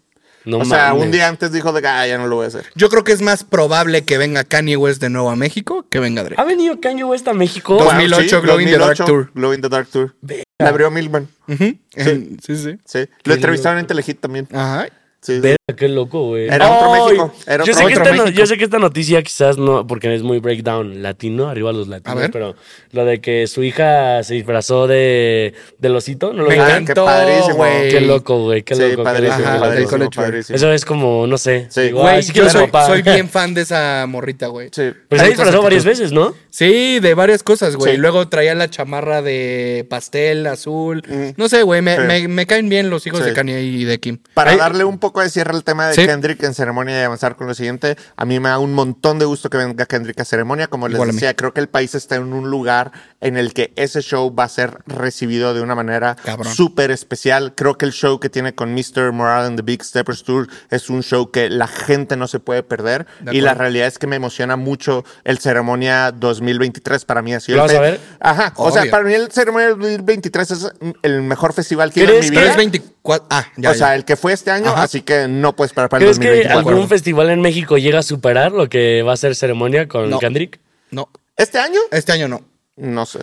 [SPEAKER 2] No
[SPEAKER 1] o sea,
[SPEAKER 2] mames.
[SPEAKER 1] un día antes dijo de que "Ah, ya no lo voy a hacer.
[SPEAKER 3] Yo creo que es más probable que venga Kanye West de nuevo a México que venga Drake.
[SPEAKER 2] ¿Ha venido Kanye West a México?
[SPEAKER 3] Dos- 2008 Glow in the Dark Tour.
[SPEAKER 1] Glow in the Dark Tour. La abrió Milman.
[SPEAKER 3] Ujú. En- sí, sí.
[SPEAKER 1] Sí. Lo entrevistaron en Telehit también.
[SPEAKER 3] Ajá.
[SPEAKER 1] Sí, sí.
[SPEAKER 2] Verga, qué loco, güey.
[SPEAKER 1] Era otro
[SPEAKER 2] Ay,
[SPEAKER 1] México, era
[SPEAKER 2] yo, sé
[SPEAKER 1] otro-
[SPEAKER 2] que
[SPEAKER 3] otro
[SPEAKER 2] esta no-
[SPEAKER 3] México.
[SPEAKER 2] yo sé que esta noticia quizás no, porque es muy breakdown latino, arriba los latinos,
[SPEAKER 3] ver.
[SPEAKER 2] pero lo de que su hija se disfrazó de, del osito, no lo
[SPEAKER 1] Me
[SPEAKER 2] vi.
[SPEAKER 1] encanta. qué padrísimo.
[SPEAKER 2] Qué loco, güey, qué
[SPEAKER 1] Sí,
[SPEAKER 2] loco. qué
[SPEAKER 1] padrísimo,
[SPEAKER 2] loco,
[SPEAKER 3] Ajá,
[SPEAKER 2] qué loco.
[SPEAKER 1] padrísimo,
[SPEAKER 3] College Tour.
[SPEAKER 1] padrísimo.
[SPEAKER 2] Eso es como, no sé.
[SPEAKER 1] Sí.
[SPEAKER 2] digo,
[SPEAKER 3] Güey,
[SPEAKER 2] "Ay, sí
[SPEAKER 3] yo
[SPEAKER 2] quiero ser
[SPEAKER 3] soy,
[SPEAKER 2] papá".
[SPEAKER 3] soy
[SPEAKER 2] [LAUGHS]
[SPEAKER 3] bien fan de esa morrita, güey.
[SPEAKER 1] Sí.
[SPEAKER 2] Pero se ha
[SPEAKER 3] Hay muchas
[SPEAKER 2] disfrazado varias
[SPEAKER 3] actitudes.
[SPEAKER 2] veces, ¿no?
[SPEAKER 3] Sí, de varias cosas, güey.
[SPEAKER 1] Sí.
[SPEAKER 3] Luego traía la chamarra de pastel azul. No sé, güey, me,
[SPEAKER 1] Mm. Sí.
[SPEAKER 3] me- me caen bien los hijos
[SPEAKER 1] Sí.
[SPEAKER 3] de Kanye y de Kim.
[SPEAKER 1] Para
[SPEAKER 3] Ay,
[SPEAKER 1] darle un poco de cierre al tema de
[SPEAKER 3] Sí.
[SPEAKER 1] Kendrick en ceremonia y avanzar con lo siguiente, a mí me da un montón de gusto que venga Kendrick a ceremonia. Como les
[SPEAKER 3] Igual a mí.
[SPEAKER 1] decía, creo que el país está en un lugar en el que ese show va a ser recibido de una manera
[SPEAKER 3] Cabrón.
[SPEAKER 1] súper especial. Creo que el show que tiene con Mr. Morale and the Big Steppers Tour es un show que la gente no se puede perder.
[SPEAKER 3] De
[SPEAKER 1] Y la
[SPEAKER 3] acuerdo.
[SPEAKER 1] realidad es que me emociona mucho el ceremonia 2023. Para mí ha sido...
[SPEAKER 2] ¿Lo
[SPEAKER 1] el
[SPEAKER 2] vas a
[SPEAKER 1] fe-
[SPEAKER 2] ver?
[SPEAKER 1] Ajá. O sea,
[SPEAKER 3] Obvio.
[SPEAKER 1] para mí el ceremonia 2023 es el mejor festival que he ido en mi
[SPEAKER 2] ¿Crees-
[SPEAKER 1] vida
[SPEAKER 3] Pero es 24. Ah, ya.
[SPEAKER 1] o sea,
[SPEAKER 3] ya.
[SPEAKER 1] el que fue este año,
[SPEAKER 3] Ajá.
[SPEAKER 1] así que no puedes esperar para el
[SPEAKER 2] ¿Crees que
[SPEAKER 1] 2024.
[SPEAKER 2] algún festival en México llega a superar lo que va a ser ceremonia con
[SPEAKER 3] No.
[SPEAKER 2] Kendrick?
[SPEAKER 3] No,
[SPEAKER 1] ¿Este año?
[SPEAKER 2] Eh.
[SPEAKER 3] este año no.
[SPEAKER 1] No sé.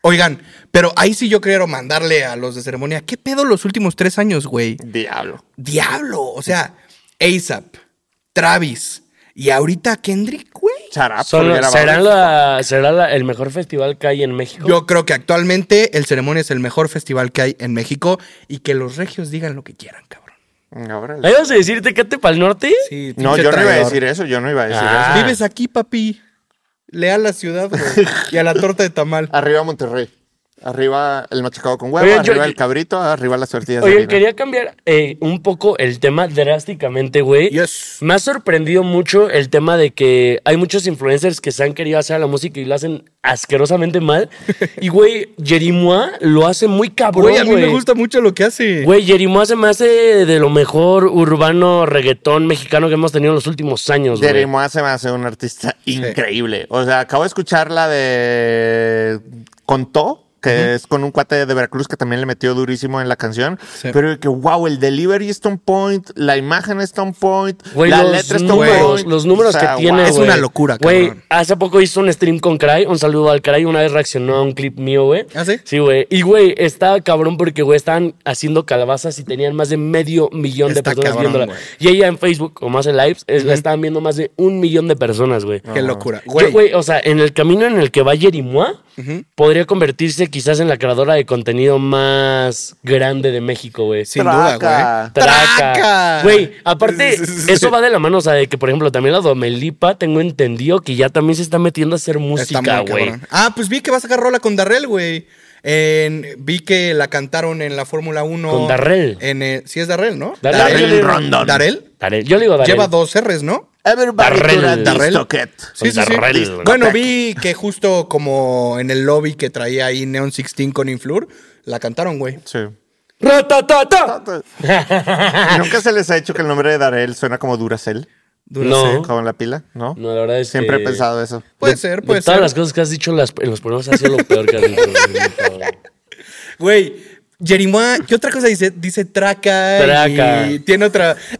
[SPEAKER 3] Oigan, pero ahí sí yo quiero mandarle a los de ceremonia. ¿Qué pedo los últimos tres años, güey?
[SPEAKER 1] Diablo.
[SPEAKER 3] Diablo. O sea, ASAP, Travis y ahorita Kendrick, güey.
[SPEAKER 1] Charap,
[SPEAKER 2] Solo-
[SPEAKER 1] Folguera
[SPEAKER 2] ¿Será,
[SPEAKER 1] Barrio.
[SPEAKER 2] la- será la- el mejor festival que hay en México?
[SPEAKER 3] Yo creo que actualmente el ceremonia es el mejor festival que hay en México y que los regios digan lo que quieran, cabrón.
[SPEAKER 1] Ahora-
[SPEAKER 2] ¿Le ibas a decirte que te pa'l norte?
[SPEAKER 3] Sí,
[SPEAKER 1] No,
[SPEAKER 3] pinche
[SPEAKER 1] yo no iba a
[SPEAKER 3] traidor.
[SPEAKER 1] decir eso, yo no iba a decir
[SPEAKER 2] Ah.
[SPEAKER 3] Vives aquí, papi. Lea la ciudad, güey. y a la torta de tamal.
[SPEAKER 1] eso. Arriba Monterrey. Arriba el machacado con huevo,
[SPEAKER 2] Oye, yo-
[SPEAKER 1] arriba
[SPEAKER 2] yo-
[SPEAKER 1] el cabrito, arriba las tortillas de
[SPEAKER 2] Oye,
[SPEAKER 1] harina.
[SPEAKER 2] quería cambiar eh, un poco el tema drásticamente, güey.
[SPEAKER 3] Yes.
[SPEAKER 2] Me ha sorprendido mucho el tema de que hay muchos influencers que se han querido hacer a la música y lo hacen
[SPEAKER 3] [LAUGHS]
[SPEAKER 2] asquerosamente mal. y, güey, Jerimoa lo hace muy cabrón,
[SPEAKER 3] Güey,
[SPEAKER 2] güey.
[SPEAKER 3] a mí me gusta mucho lo que hace.
[SPEAKER 2] Güey, Jerimoa se me hace de lo mejor urbano reggaetón mexicano que hemos tenido en los últimos años, Pues, güey.
[SPEAKER 1] Jerry Moa se me hace un artista increíble. O sea, acabo de escuchar la de Contó, que es con un cuate de Veracruz que también le metió durísimo en la canción.
[SPEAKER 3] Sí.
[SPEAKER 1] Pero que, wow, el delivery está on point, la imagen está on point,
[SPEAKER 2] Güey,
[SPEAKER 1] la
[SPEAKER 2] los
[SPEAKER 1] letra está on
[SPEAKER 2] números,
[SPEAKER 1] point.
[SPEAKER 2] los números
[SPEAKER 1] O sea,
[SPEAKER 2] que tiene,
[SPEAKER 1] wow.
[SPEAKER 3] Es
[SPEAKER 2] güey.
[SPEAKER 3] una locura,
[SPEAKER 2] Güey,
[SPEAKER 3] cabrón.
[SPEAKER 2] hace poco hizo un stream con Cry, un saludo al Cry, una vez reaccionó a un clip mío, güey.
[SPEAKER 3] ¿Ah, sí?
[SPEAKER 2] Sí, güey. Y, güey, está cabrón porque, güey, estaban haciendo calabazas y tenían más de medio millón
[SPEAKER 3] Está
[SPEAKER 2] de personas
[SPEAKER 3] cabrón,
[SPEAKER 2] viéndola.
[SPEAKER 3] güey.
[SPEAKER 2] Y ella en Facebook, como hace lives, es- la estaban viendo más de un millón de personas, güey.
[SPEAKER 3] Qué locura.
[SPEAKER 2] Yo,
[SPEAKER 3] Güey,
[SPEAKER 2] güey, o sea, en el camino en el que va Jerimoa, podría convertirse quizás en la creadora de contenido más grande de México, güey.
[SPEAKER 3] sin duda,
[SPEAKER 1] Traca.
[SPEAKER 3] güey.
[SPEAKER 2] Traca. Güey,
[SPEAKER 3] [LAUGHS]
[SPEAKER 2] aparte,
[SPEAKER 3] Sí, sí, sí.
[SPEAKER 2] eso va de la mano, o sea, de que, por ejemplo, también la Domelipa, tengo entendido que ya también se está metiendo a hacer
[SPEAKER 3] Está
[SPEAKER 2] música,
[SPEAKER 3] muy
[SPEAKER 2] güey.
[SPEAKER 3] cabrón. Ah, pues vi que va a sacar rola con Darrell, güey. En- vi que la cantaron en la Fórmula 1.
[SPEAKER 2] Con Darrell.
[SPEAKER 3] En, eh, sí, es Darrell, ¿no?
[SPEAKER 2] Darrell.
[SPEAKER 1] Darrell
[SPEAKER 2] Darrell.
[SPEAKER 1] Rondon.
[SPEAKER 3] Darrell.
[SPEAKER 2] Darel, Yo le digo a Darel.
[SPEAKER 3] Lleva dos R's, ¿no?
[SPEAKER 1] Everybody
[SPEAKER 2] Darrell.
[SPEAKER 1] to that
[SPEAKER 3] Darrell.
[SPEAKER 1] Distocket.
[SPEAKER 3] Sí, sí, sí.
[SPEAKER 2] Darrell.
[SPEAKER 3] Bueno,
[SPEAKER 1] Attack.
[SPEAKER 3] vi que justo como en el lobby que traía ahí Neon 16 con Influr, la cantaron, güey.
[SPEAKER 2] [LAUGHS]
[SPEAKER 1] Sí.
[SPEAKER 2] ¡Ratatata!
[SPEAKER 1] ¿Nunca se les ha hecho que el nombre de Darell suena como Duracell?
[SPEAKER 2] No.
[SPEAKER 1] Como la pila, ¿no?
[SPEAKER 2] No, la verdad es
[SPEAKER 1] Siempre
[SPEAKER 2] que-
[SPEAKER 1] he pensado eso.
[SPEAKER 3] Puede
[SPEAKER 2] De-
[SPEAKER 3] ser,
[SPEAKER 2] de
[SPEAKER 3] puede
[SPEAKER 2] Todas
[SPEAKER 3] ser.
[SPEAKER 2] las cosas que has dicho en las- en los programas ha sido lo peor que has dicho. güey,
[SPEAKER 3] [LAUGHS]
[SPEAKER 2] cabrón.
[SPEAKER 3] Güey, Jerimoa, ¿qué otra cosa dice? Dice traca.
[SPEAKER 2] Traca.
[SPEAKER 3] Y tiene otra. [LAUGHS]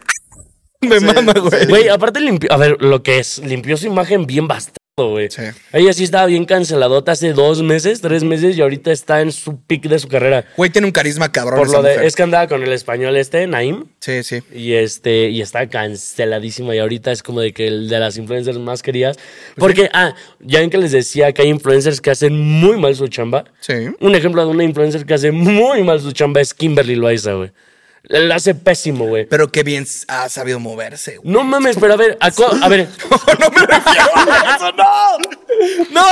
[SPEAKER 3] Me
[SPEAKER 1] Sí,
[SPEAKER 3] mama,
[SPEAKER 1] sí.
[SPEAKER 3] güey.
[SPEAKER 2] Güey, aparte limpió, a ver, lo que es, limpió su imagen bien bastante. güey.
[SPEAKER 3] Sí.
[SPEAKER 2] Ella sí estaba bien canceladota hace dos meses, tres meses, y ahorita está en su pic de su carrera.
[SPEAKER 3] Güey, tiene un carisma cabrón.
[SPEAKER 2] Por
[SPEAKER 3] esa
[SPEAKER 2] lo de,
[SPEAKER 3] mujer.
[SPEAKER 2] es que andaba con el español este, Naim,
[SPEAKER 3] Sí, sí.
[SPEAKER 2] y este, y está canceladísima. Y ahorita es como de que el de las influencers más queridas.
[SPEAKER 3] Pues
[SPEAKER 2] Porque, ah, ya ven que les decía que hay influencers que hacen muy mal su chamba.
[SPEAKER 3] Sí.
[SPEAKER 2] Un ejemplo de una influencer que hace muy mal su chamba es Kimberly Loaiza, güey. La hace pésimo, güey.
[SPEAKER 3] Pero qué bien ha sabido moverse, güey.
[SPEAKER 2] No mames, pero a ver, a, co-
[SPEAKER 3] [LAUGHS]
[SPEAKER 2] a ver.
[SPEAKER 3] no me refiero a [LAUGHS] eso, no. No,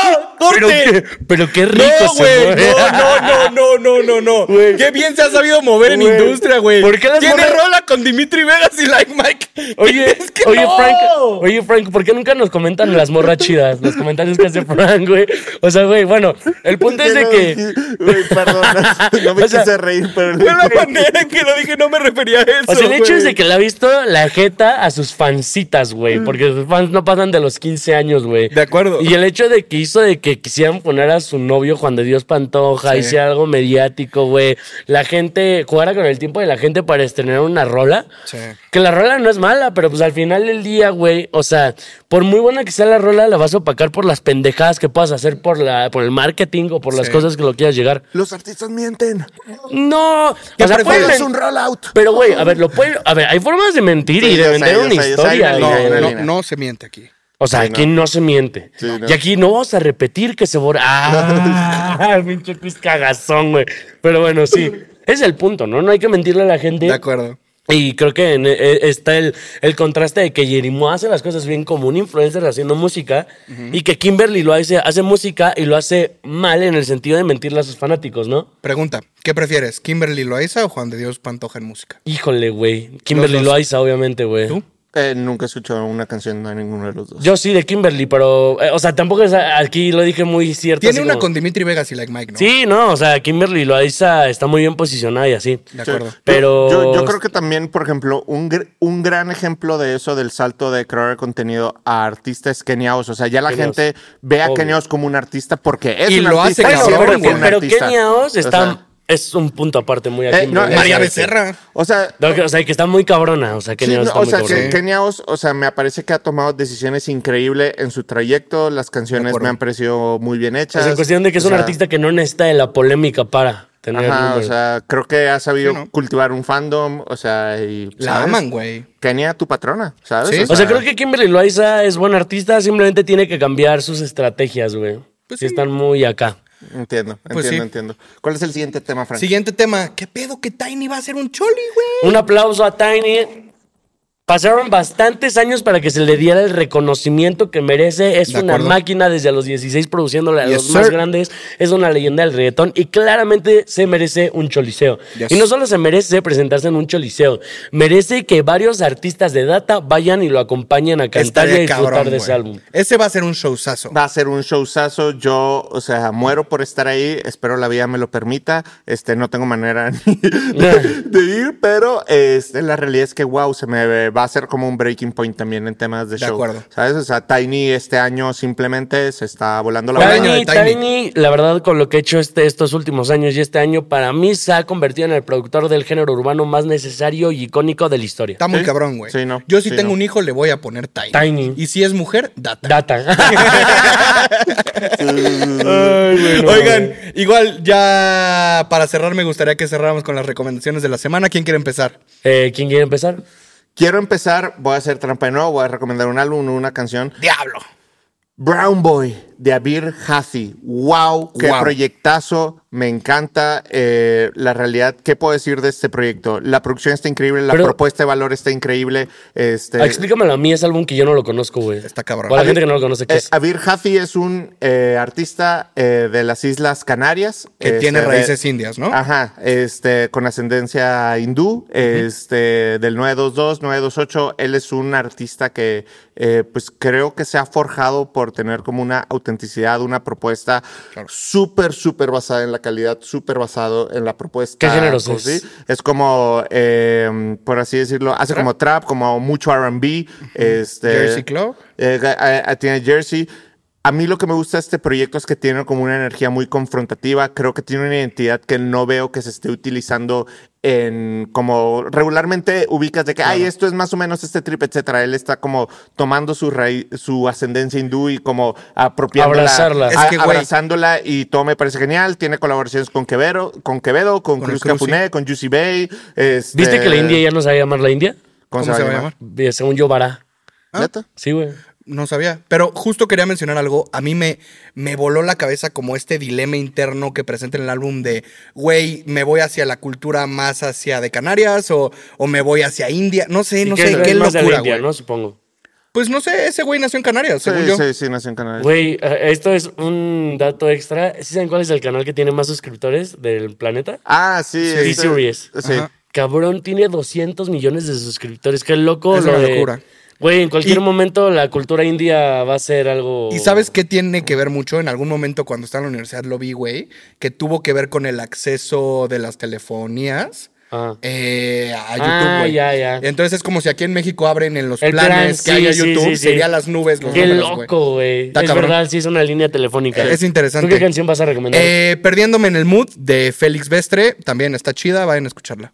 [SPEAKER 2] Pero,
[SPEAKER 3] corte.
[SPEAKER 2] pero qué rico
[SPEAKER 3] No,
[SPEAKER 2] se
[SPEAKER 3] güey.
[SPEAKER 2] mueve.
[SPEAKER 3] No, no, no, no, no, no, no.
[SPEAKER 2] Güey.
[SPEAKER 3] Qué bien se ha sabido mover en
[SPEAKER 2] Güey.
[SPEAKER 3] industria, güey.
[SPEAKER 2] ¿Por qué las
[SPEAKER 3] Tiene
[SPEAKER 2] morras-
[SPEAKER 3] rola con Dimitri Vegas y Like Mike.
[SPEAKER 2] [LAUGHS] Oye,
[SPEAKER 3] [LAUGHS] Es que
[SPEAKER 2] oye,
[SPEAKER 3] no.
[SPEAKER 2] Frank, oye, Frank, ¿por qué nunca nos comentan las morras chidas? Los comentarios que hace Frank, güey. O sea, güey, bueno,
[SPEAKER 3] Pues
[SPEAKER 2] el punto es de
[SPEAKER 1] no
[SPEAKER 2] que.
[SPEAKER 1] dije- güey, perdón, [LAUGHS] no me
[SPEAKER 2] O sea,
[SPEAKER 1] quise reír, pero...
[SPEAKER 3] Fue la manera en que lo dije, no me refería a eso.
[SPEAKER 2] O sea, el hecho
[SPEAKER 3] güey. Mm.
[SPEAKER 2] es de que le ha visto la jeta a sus fancitas, güey. Porque sus fans no pasan de los 15 años, güey.
[SPEAKER 3] De acuerdo.
[SPEAKER 2] Y el hecho de que hizo de que quisieran poner a su novio Juan de Dios Pantoja,
[SPEAKER 3] Sí.
[SPEAKER 2] hiciera algo mediático, güey. La gente jugara con el tiempo de la gente para estrenar una rola.
[SPEAKER 3] Sí.
[SPEAKER 2] Que la rola no es mala, pero pues al final del día, güey, o sea, por muy buena que sea la rola, la vas a opacar por las pendejadas que puedas hacer por la, por el marketing o por las
[SPEAKER 3] Sí.
[SPEAKER 2] cosas que lo quieras llegar.
[SPEAKER 1] Los artistas mienten.
[SPEAKER 2] No, o sea,
[SPEAKER 3] prefiero
[SPEAKER 2] pueden-
[SPEAKER 1] Es un rollout.
[SPEAKER 2] pero, güey,
[SPEAKER 1] [LAUGHS]
[SPEAKER 2] a ver, lo pueden. A ver, hay formas de mentir
[SPEAKER 1] Sí,
[SPEAKER 2] y de
[SPEAKER 1] yo sé,
[SPEAKER 2] vender
[SPEAKER 1] yo
[SPEAKER 2] una
[SPEAKER 1] sé, yo sé,
[SPEAKER 2] historia.
[SPEAKER 1] hay una
[SPEAKER 2] güey.
[SPEAKER 1] línea,
[SPEAKER 3] No,
[SPEAKER 1] hay una
[SPEAKER 3] no,
[SPEAKER 1] línea.
[SPEAKER 3] no se miente aquí.
[SPEAKER 2] O sea, aquí no. se miente.
[SPEAKER 1] Sí, no.
[SPEAKER 2] Y aquí no vamos a repetir que se borra. ¡Ah! [LAUGHS] pinche Chris cagazón, güey. Pero bueno, sí. Es el punto, ¿no? No hay que mentirle a la gente.
[SPEAKER 3] De acuerdo.
[SPEAKER 2] Y creo que en- eh, está el, el contraste de que Jerimo hace las cosas bien como un influencer haciendo música y que Kimberly lo hace, hace música y lo hace mal en el sentido de mentirle a sus fanáticos, ¿no?
[SPEAKER 3] Pregunta, ¿qué prefieres? ¿Kimberly Loaiza o Juan de Dios Pantoja en música?
[SPEAKER 2] Híjole, güey. Kimberly
[SPEAKER 3] Los dos.
[SPEAKER 2] Loaiza, obviamente, güey.
[SPEAKER 3] ¿Tú?
[SPEAKER 1] Eh, nunca he escuchado una canción de ninguno de los dos.
[SPEAKER 2] Yo sí, de Kimberly, pero, eh, o sea, tampoco es a- aquí lo dije muy cierto.
[SPEAKER 3] Tiene
[SPEAKER 2] así
[SPEAKER 3] una
[SPEAKER 2] como-
[SPEAKER 3] con Dimitri Vegas y Like Mike, ¿no?
[SPEAKER 2] Sí, no, o sea, Kimberly Loaiza está muy bien posicionada y así.
[SPEAKER 3] De
[SPEAKER 1] Sí.
[SPEAKER 3] acuerdo.
[SPEAKER 1] Yo-
[SPEAKER 2] Pero-
[SPEAKER 1] Yo, yo creo que también, por ejemplo, un, gr- un gran ejemplo de eso, del salto de crear contenido a artista es Kenia Oz. O sea, ya la
[SPEAKER 2] Kenia Oz.
[SPEAKER 1] gente ve a
[SPEAKER 2] Obvio.
[SPEAKER 1] Kenia Oz como un artista porque es
[SPEAKER 3] Y
[SPEAKER 1] un
[SPEAKER 3] lo hace
[SPEAKER 1] artista.
[SPEAKER 2] Bueno,
[SPEAKER 1] siempre
[SPEAKER 3] cabrón,
[SPEAKER 2] pero,
[SPEAKER 1] fue
[SPEAKER 2] que-
[SPEAKER 1] un
[SPEAKER 2] pero
[SPEAKER 1] artista.
[SPEAKER 2] Kenia Oz
[SPEAKER 1] O sea,
[SPEAKER 2] está, es un punto aparte muy a
[SPEAKER 1] Eh, no,
[SPEAKER 2] Kimberly
[SPEAKER 1] María
[SPEAKER 2] Loaiza, sí.
[SPEAKER 3] Becerra.
[SPEAKER 1] o sea,
[SPEAKER 2] No, que- o sea, que está muy cabrona. O sea, que
[SPEAKER 1] Sí,
[SPEAKER 2] no,
[SPEAKER 1] no,
[SPEAKER 2] está
[SPEAKER 1] o
[SPEAKER 2] muy
[SPEAKER 1] sea,
[SPEAKER 2] cabrona.
[SPEAKER 1] que Kenia Oz, o sea, me parece que ha tomado decisiones increíbles en su trayecto. Las
[SPEAKER 3] De
[SPEAKER 1] canciones
[SPEAKER 3] acuerdo.
[SPEAKER 1] me han parecido muy bien
[SPEAKER 2] O
[SPEAKER 1] hechas.
[SPEAKER 2] sea, en cuestión de que es
[SPEAKER 1] O
[SPEAKER 2] un
[SPEAKER 1] sea,
[SPEAKER 2] artista que no necesita de la polémica para tener el
[SPEAKER 1] Ajá, o
[SPEAKER 2] número.
[SPEAKER 1] sea, creo que ha sabido
[SPEAKER 3] Sí, ¿no?
[SPEAKER 1] cultivar un fandom, o sea, y.
[SPEAKER 3] La
[SPEAKER 1] ¿sabes?
[SPEAKER 3] aman, güey.
[SPEAKER 1] Kenia, tu patrona, ¿sabes?
[SPEAKER 3] Sí.
[SPEAKER 2] O sea, creo que Kimberly Loaiza es buena artista, simplemente tiene que cambiar sus estrategias, güey.
[SPEAKER 3] Pues sí.
[SPEAKER 2] si están muy acá.
[SPEAKER 1] Entiendo, entiendo,
[SPEAKER 3] Pues sí.
[SPEAKER 1] entiendo. ¿Cuál es el siguiente tema, Frank?
[SPEAKER 3] Siguiente tema. ¿Qué pedo que Tiny va a ser un choli, güey?
[SPEAKER 2] Un aplauso a Tiny. Pasaron bastantes años para que se le diera el reconocimiento que merece. Es
[SPEAKER 3] De
[SPEAKER 2] una
[SPEAKER 3] acuerdo.
[SPEAKER 2] máquina desde a los 16 produciéndole a
[SPEAKER 3] Yes,
[SPEAKER 2] los más
[SPEAKER 3] sir.
[SPEAKER 2] grandes. Es una leyenda del reggaetón y claramente se merece un choliseo.
[SPEAKER 3] Yes.
[SPEAKER 2] Y no solo se merece presentarse en un choliseo, merece que varios artistas de data vayan y lo acompañen a cantar y a
[SPEAKER 3] Estaría
[SPEAKER 2] disfrutar
[SPEAKER 3] cabrón,
[SPEAKER 2] de ese
[SPEAKER 3] güey.
[SPEAKER 2] álbum.
[SPEAKER 3] Ese va a ser un showzazo.
[SPEAKER 1] Va a ser un showzazo. Yo, o sea, muero por estar ahí. Espero la vida me lo permita. Este, no tengo manera [LAUGHS] ni de, de ir, pero este, la realidad es que, wow, se me ve- va a ser como un breaking point también en temas de,
[SPEAKER 3] De
[SPEAKER 1] show.
[SPEAKER 3] acuerdo.
[SPEAKER 1] ¿Sabes? O sea, Tiny este año simplemente se está volando la
[SPEAKER 3] Fue
[SPEAKER 1] barra.
[SPEAKER 3] año
[SPEAKER 2] Tiny,
[SPEAKER 3] de Tiny.
[SPEAKER 2] Tiny, la verdad, con lo que he hecho este, estos últimos años y este año, para mí se ha convertido en el productor del género urbano más necesario y icónico de la historia.
[SPEAKER 3] Está muy
[SPEAKER 1] Sí.
[SPEAKER 3] cabrón, güey.
[SPEAKER 1] Sí, no.
[SPEAKER 3] Yo si
[SPEAKER 1] Sí,
[SPEAKER 3] tengo
[SPEAKER 1] no.
[SPEAKER 3] un hijo, le voy a poner Tiny.
[SPEAKER 2] Tiny.
[SPEAKER 3] Y si es mujer, Data. [LAUGHS]
[SPEAKER 2] Data.
[SPEAKER 3] Oigan, igual ya para cerrar me gustaría que cerráramos con las recomendaciones de la semana. ¿Quién quiere empezar?
[SPEAKER 2] Eh, ¿Quién quiere empezar?
[SPEAKER 1] Quiero empezar, voy a hacer trampa de nuevo, voy a recomendar un álbum, una canción.
[SPEAKER 3] Diablo.
[SPEAKER 1] Brown Boy de Abir Hathi. ¡Wow! ¡Qué
[SPEAKER 3] Wow.
[SPEAKER 1] proyectazo! Me encanta eh, la realidad. ¿Qué puedo decir de este proyecto? La producción está increíble, la
[SPEAKER 2] Pero-
[SPEAKER 1] propuesta de valor está increíble. Este,
[SPEAKER 2] Ah, Explícamelo a mí, es álbum que yo no lo conozco, güey.
[SPEAKER 3] Está cabrón.
[SPEAKER 2] Para la gente que no lo conoce, ¿qué
[SPEAKER 1] Eh,
[SPEAKER 2] es?
[SPEAKER 1] Abir Hathi es un eh, artista eh, de las Islas Canarias.
[SPEAKER 3] Que
[SPEAKER 1] Este, Ah,
[SPEAKER 3] tiene
[SPEAKER 1] de-
[SPEAKER 3] raíces indias, ¿no?
[SPEAKER 1] Ajá, este, con ascendencia hindú, este, del 922, 928. Él es un artista que, eh, pues creo que se ha forjado por tener como una autenticidad, una propuesta
[SPEAKER 3] Claro.
[SPEAKER 1] súper, súper basada en la calidad, súper basado en la propuesta.
[SPEAKER 2] ¿Qué géneros
[SPEAKER 1] como
[SPEAKER 2] es?
[SPEAKER 1] sí. Es como, eh, por así decirlo, hace como trap, como mucho RB. este,
[SPEAKER 3] Jersey Club.
[SPEAKER 1] eh, a- a- tiene Jersey. A mí lo que me gusta de este proyecto es que tiene como una energía muy confrontativa. Creo que tiene una identidad que no veo que se esté utilizando en como regularmente ubicas de que, ay, esto es más o menos este trip, etcétera. Él está como tomando su raíz, su ascendencia hindú y como apropiándola,
[SPEAKER 2] Abrazarla.
[SPEAKER 1] a-
[SPEAKER 3] Es que, güey.
[SPEAKER 1] abrazándola y todo me parece genial. Tiene colaboraciones con Quevedo, con Quevedo, con,
[SPEAKER 3] Con el
[SPEAKER 1] Cruz
[SPEAKER 3] Cruci.
[SPEAKER 1] Capuné, con Juicy Bay. este-
[SPEAKER 2] ¿Viste que la India ya no sabe llamar la India?
[SPEAKER 1] ¿Cómo, se, va a llamar?
[SPEAKER 2] Eh, Según yo, Bará.
[SPEAKER 3] ¿Ah?
[SPEAKER 1] ¿Neta?
[SPEAKER 2] Sí, güey.
[SPEAKER 3] No sabía. Pero justo quería mencionar algo. A mí me, me voló la cabeza como este dilema interno que presenta en el álbum de, güey, me voy hacia la cultura más hacia de Canarias o, o me voy hacia India. No sé,
[SPEAKER 2] ¿Y
[SPEAKER 3] no
[SPEAKER 2] qué
[SPEAKER 3] sé,
[SPEAKER 2] es
[SPEAKER 3] qué
[SPEAKER 2] más de la
[SPEAKER 3] locura,
[SPEAKER 2] India,
[SPEAKER 3] güey.
[SPEAKER 2] ¿no? Supongo.
[SPEAKER 3] Pues no sé, ese güey nació en Canarias,
[SPEAKER 1] Sí,
[SPEAKER 3] según yo.
[SPEAKER 1] sí, sí, nació en Canadá.
[SPEAKER 2] Güey, eh, esto es un dato extra. ¿Sí saben cuál es el canal que tiene más suscriptores del planeta?
[SPEAKER 1] Ah, sí.
[SPEAKER 2] Sí,
[SPEAKER 1] este-
[SPEAKER 2] Serious.
[SPEAKER 1] Sí.
[SPEAKER 3] Ajá.
[SPEAKER 2] Cabrón, tiene 200 millones de suscriptores. Qué loco.
[SPEAKER 3] Es
[SPEAKER 2] lo
[SPEAKER 3] una
[SPEAKER 2] de-
[SPEAKER 3] locura.
[SPEAKER 2] Güey, en cualquier
[SPEAKER 3] Y-
[SPEAKER 2] momento la cultura india va a ser algo...
[SPEAKER 3] ¿Y sabes qué tiene que ver mucho? En algún momento cuando estaba en la universidad lo vi, güey, que tuvo que ver con el acceso de las telefonías
[SPEAKER 2] Ajá.
[SPEAKER 3] eh, a YouTube,
[SPEAKER 2] Ah,
[SPEAKER 3] güey.
[SPEAKER 2] ya, ya.
[SPEAKER 3] Entonces es como si aquí en México abren en los
[SPEAKER 2] El plan,
[SPEAKER 3] planes que
[SPEAKER 2] sí,
[SPEAKER 3] hay a
[SPEAKER 2] sí,
[SPEAKER 3] YouTube,
[SPEAKER 2] sí, sí.
[SPEAKER 3] sería las nubes. Los
[SPEAKER 2] Qué
[SPEAKER 3] números, güey.
[SPEAKER 2] loco, güey. Es
[SPEAKER 3] Está cabrón.
[SPEAKER 2] verdad, sí es una línea telefónica.
[SPEAKER 3] Es interesante.
[SPEAKER 2] ¿Tú qué canción vas a recomendar?
[SPEAKER 3] Eh, Perdiéndome en el mood de Félix Bestre, también está chida, vayan a escucharla.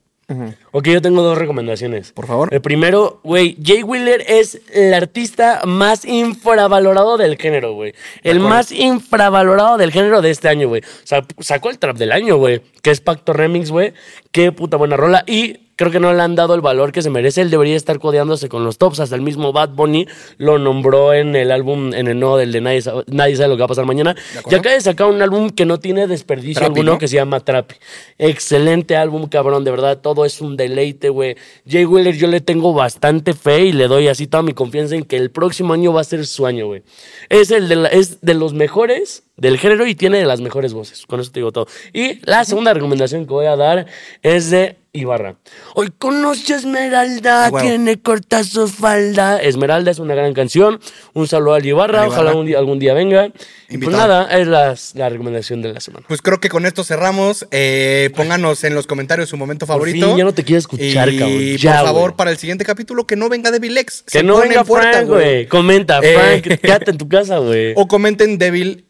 [SPEAKER 2] Ok, yo tengo dos recomendaciones.
[SPEAKER 3] Por favor.
[SPEAKER 2] El primero, güey, Jay Wheeler es el artista más infravalorado del género, güey. El más infravalorado del género de este año, güey. O sea, sacó el trap del año, güey, que es Pacto Remix, güey. Qué puta buena rola. Y creo que no le han dado el valor que se merece. Él debería estar codeándose con los tops. Hasta el mismo Bad Bunny lo nombró en el álbum, en el nuevo del de Nadie Sabe, Nadie Sabe lo que va a pasar mañana. Y
[SPEAKER 3] acuerdo.
[SPEAKER 2] acá de sacar un álbum que no tiene desperdicio
[SPEAKER 3] Trapi,
[SPEAKER 2] alguno,
[SPEAKER 3] ¿no?
[SPEAKER 2] que se llama Trapi. Excelente álbum, cabrón, de verdad. Todo es un deleite, güey. Jay Wheeler, yo le tengo bastante fe y le doy así toda mi confianza en que el próximo año va a ser su año, güey. Es, el de la- es de los mejores del género y tiene de las mejores voces. Con eso te digo todo. Y la segunda recomendación que voy a dar es de Ibarra. Hoy conoce a Esmeralda,
[SPEAKER 3] Ah, huevo.
[SPEAKER 2] tiene corta su falda. Esmeralda es una gran canción. Un saludo al Ibarra,
[SPEAKER 3] Al Ibarra.
[SPEAKER 2] ojalá un día- algún día venga. Y pues
[SPEAKER 3] Invitado.
[SPEAKER 2] nada, es las- la recomendación de la semana.
[SPEAKER 3] Pues creo que con esto cerramos. Eh, pónganos en los comentarios su momento favorito.
[SPEAKER 2] fin, ya no te quiero escuchar,
[SPEAKER 3] y,
[SPEAKER 2] cabrón.
[SPEAKER 3] por
[SPEAKER 2] Ya,
[SPEAKER 3] favor,
[SPEAKER 2] güey.
[SPEAKER 3] para el siguiente capítulo, que no venga Devil X.
[SPEAKER 2] Que
[SPEAKER 3] Se
[SPEAKER 2] no
[SPEAKER 3] pone
[SPEAKER 2] venga
[SPEAKER 3] en puerta,
[SPEAKER 2] Frank, güey. Comenta,
[SPEAKER 3] Eh.
[SPEAKER 2] Frank, quédate en tu
[SPEAKER 3] [LAUGHS]
[SPEAKER 2] casa, güey.
[SPEAKER 3] O comenten Devil,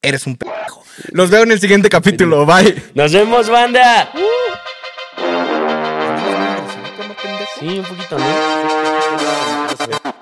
[SPEAKER 3] eres un pendejo. Los veo en el siguiente capítulo. Bye.
[SPEAKER 2] Nos vemos, banda. Sí, un poquito, ¿no?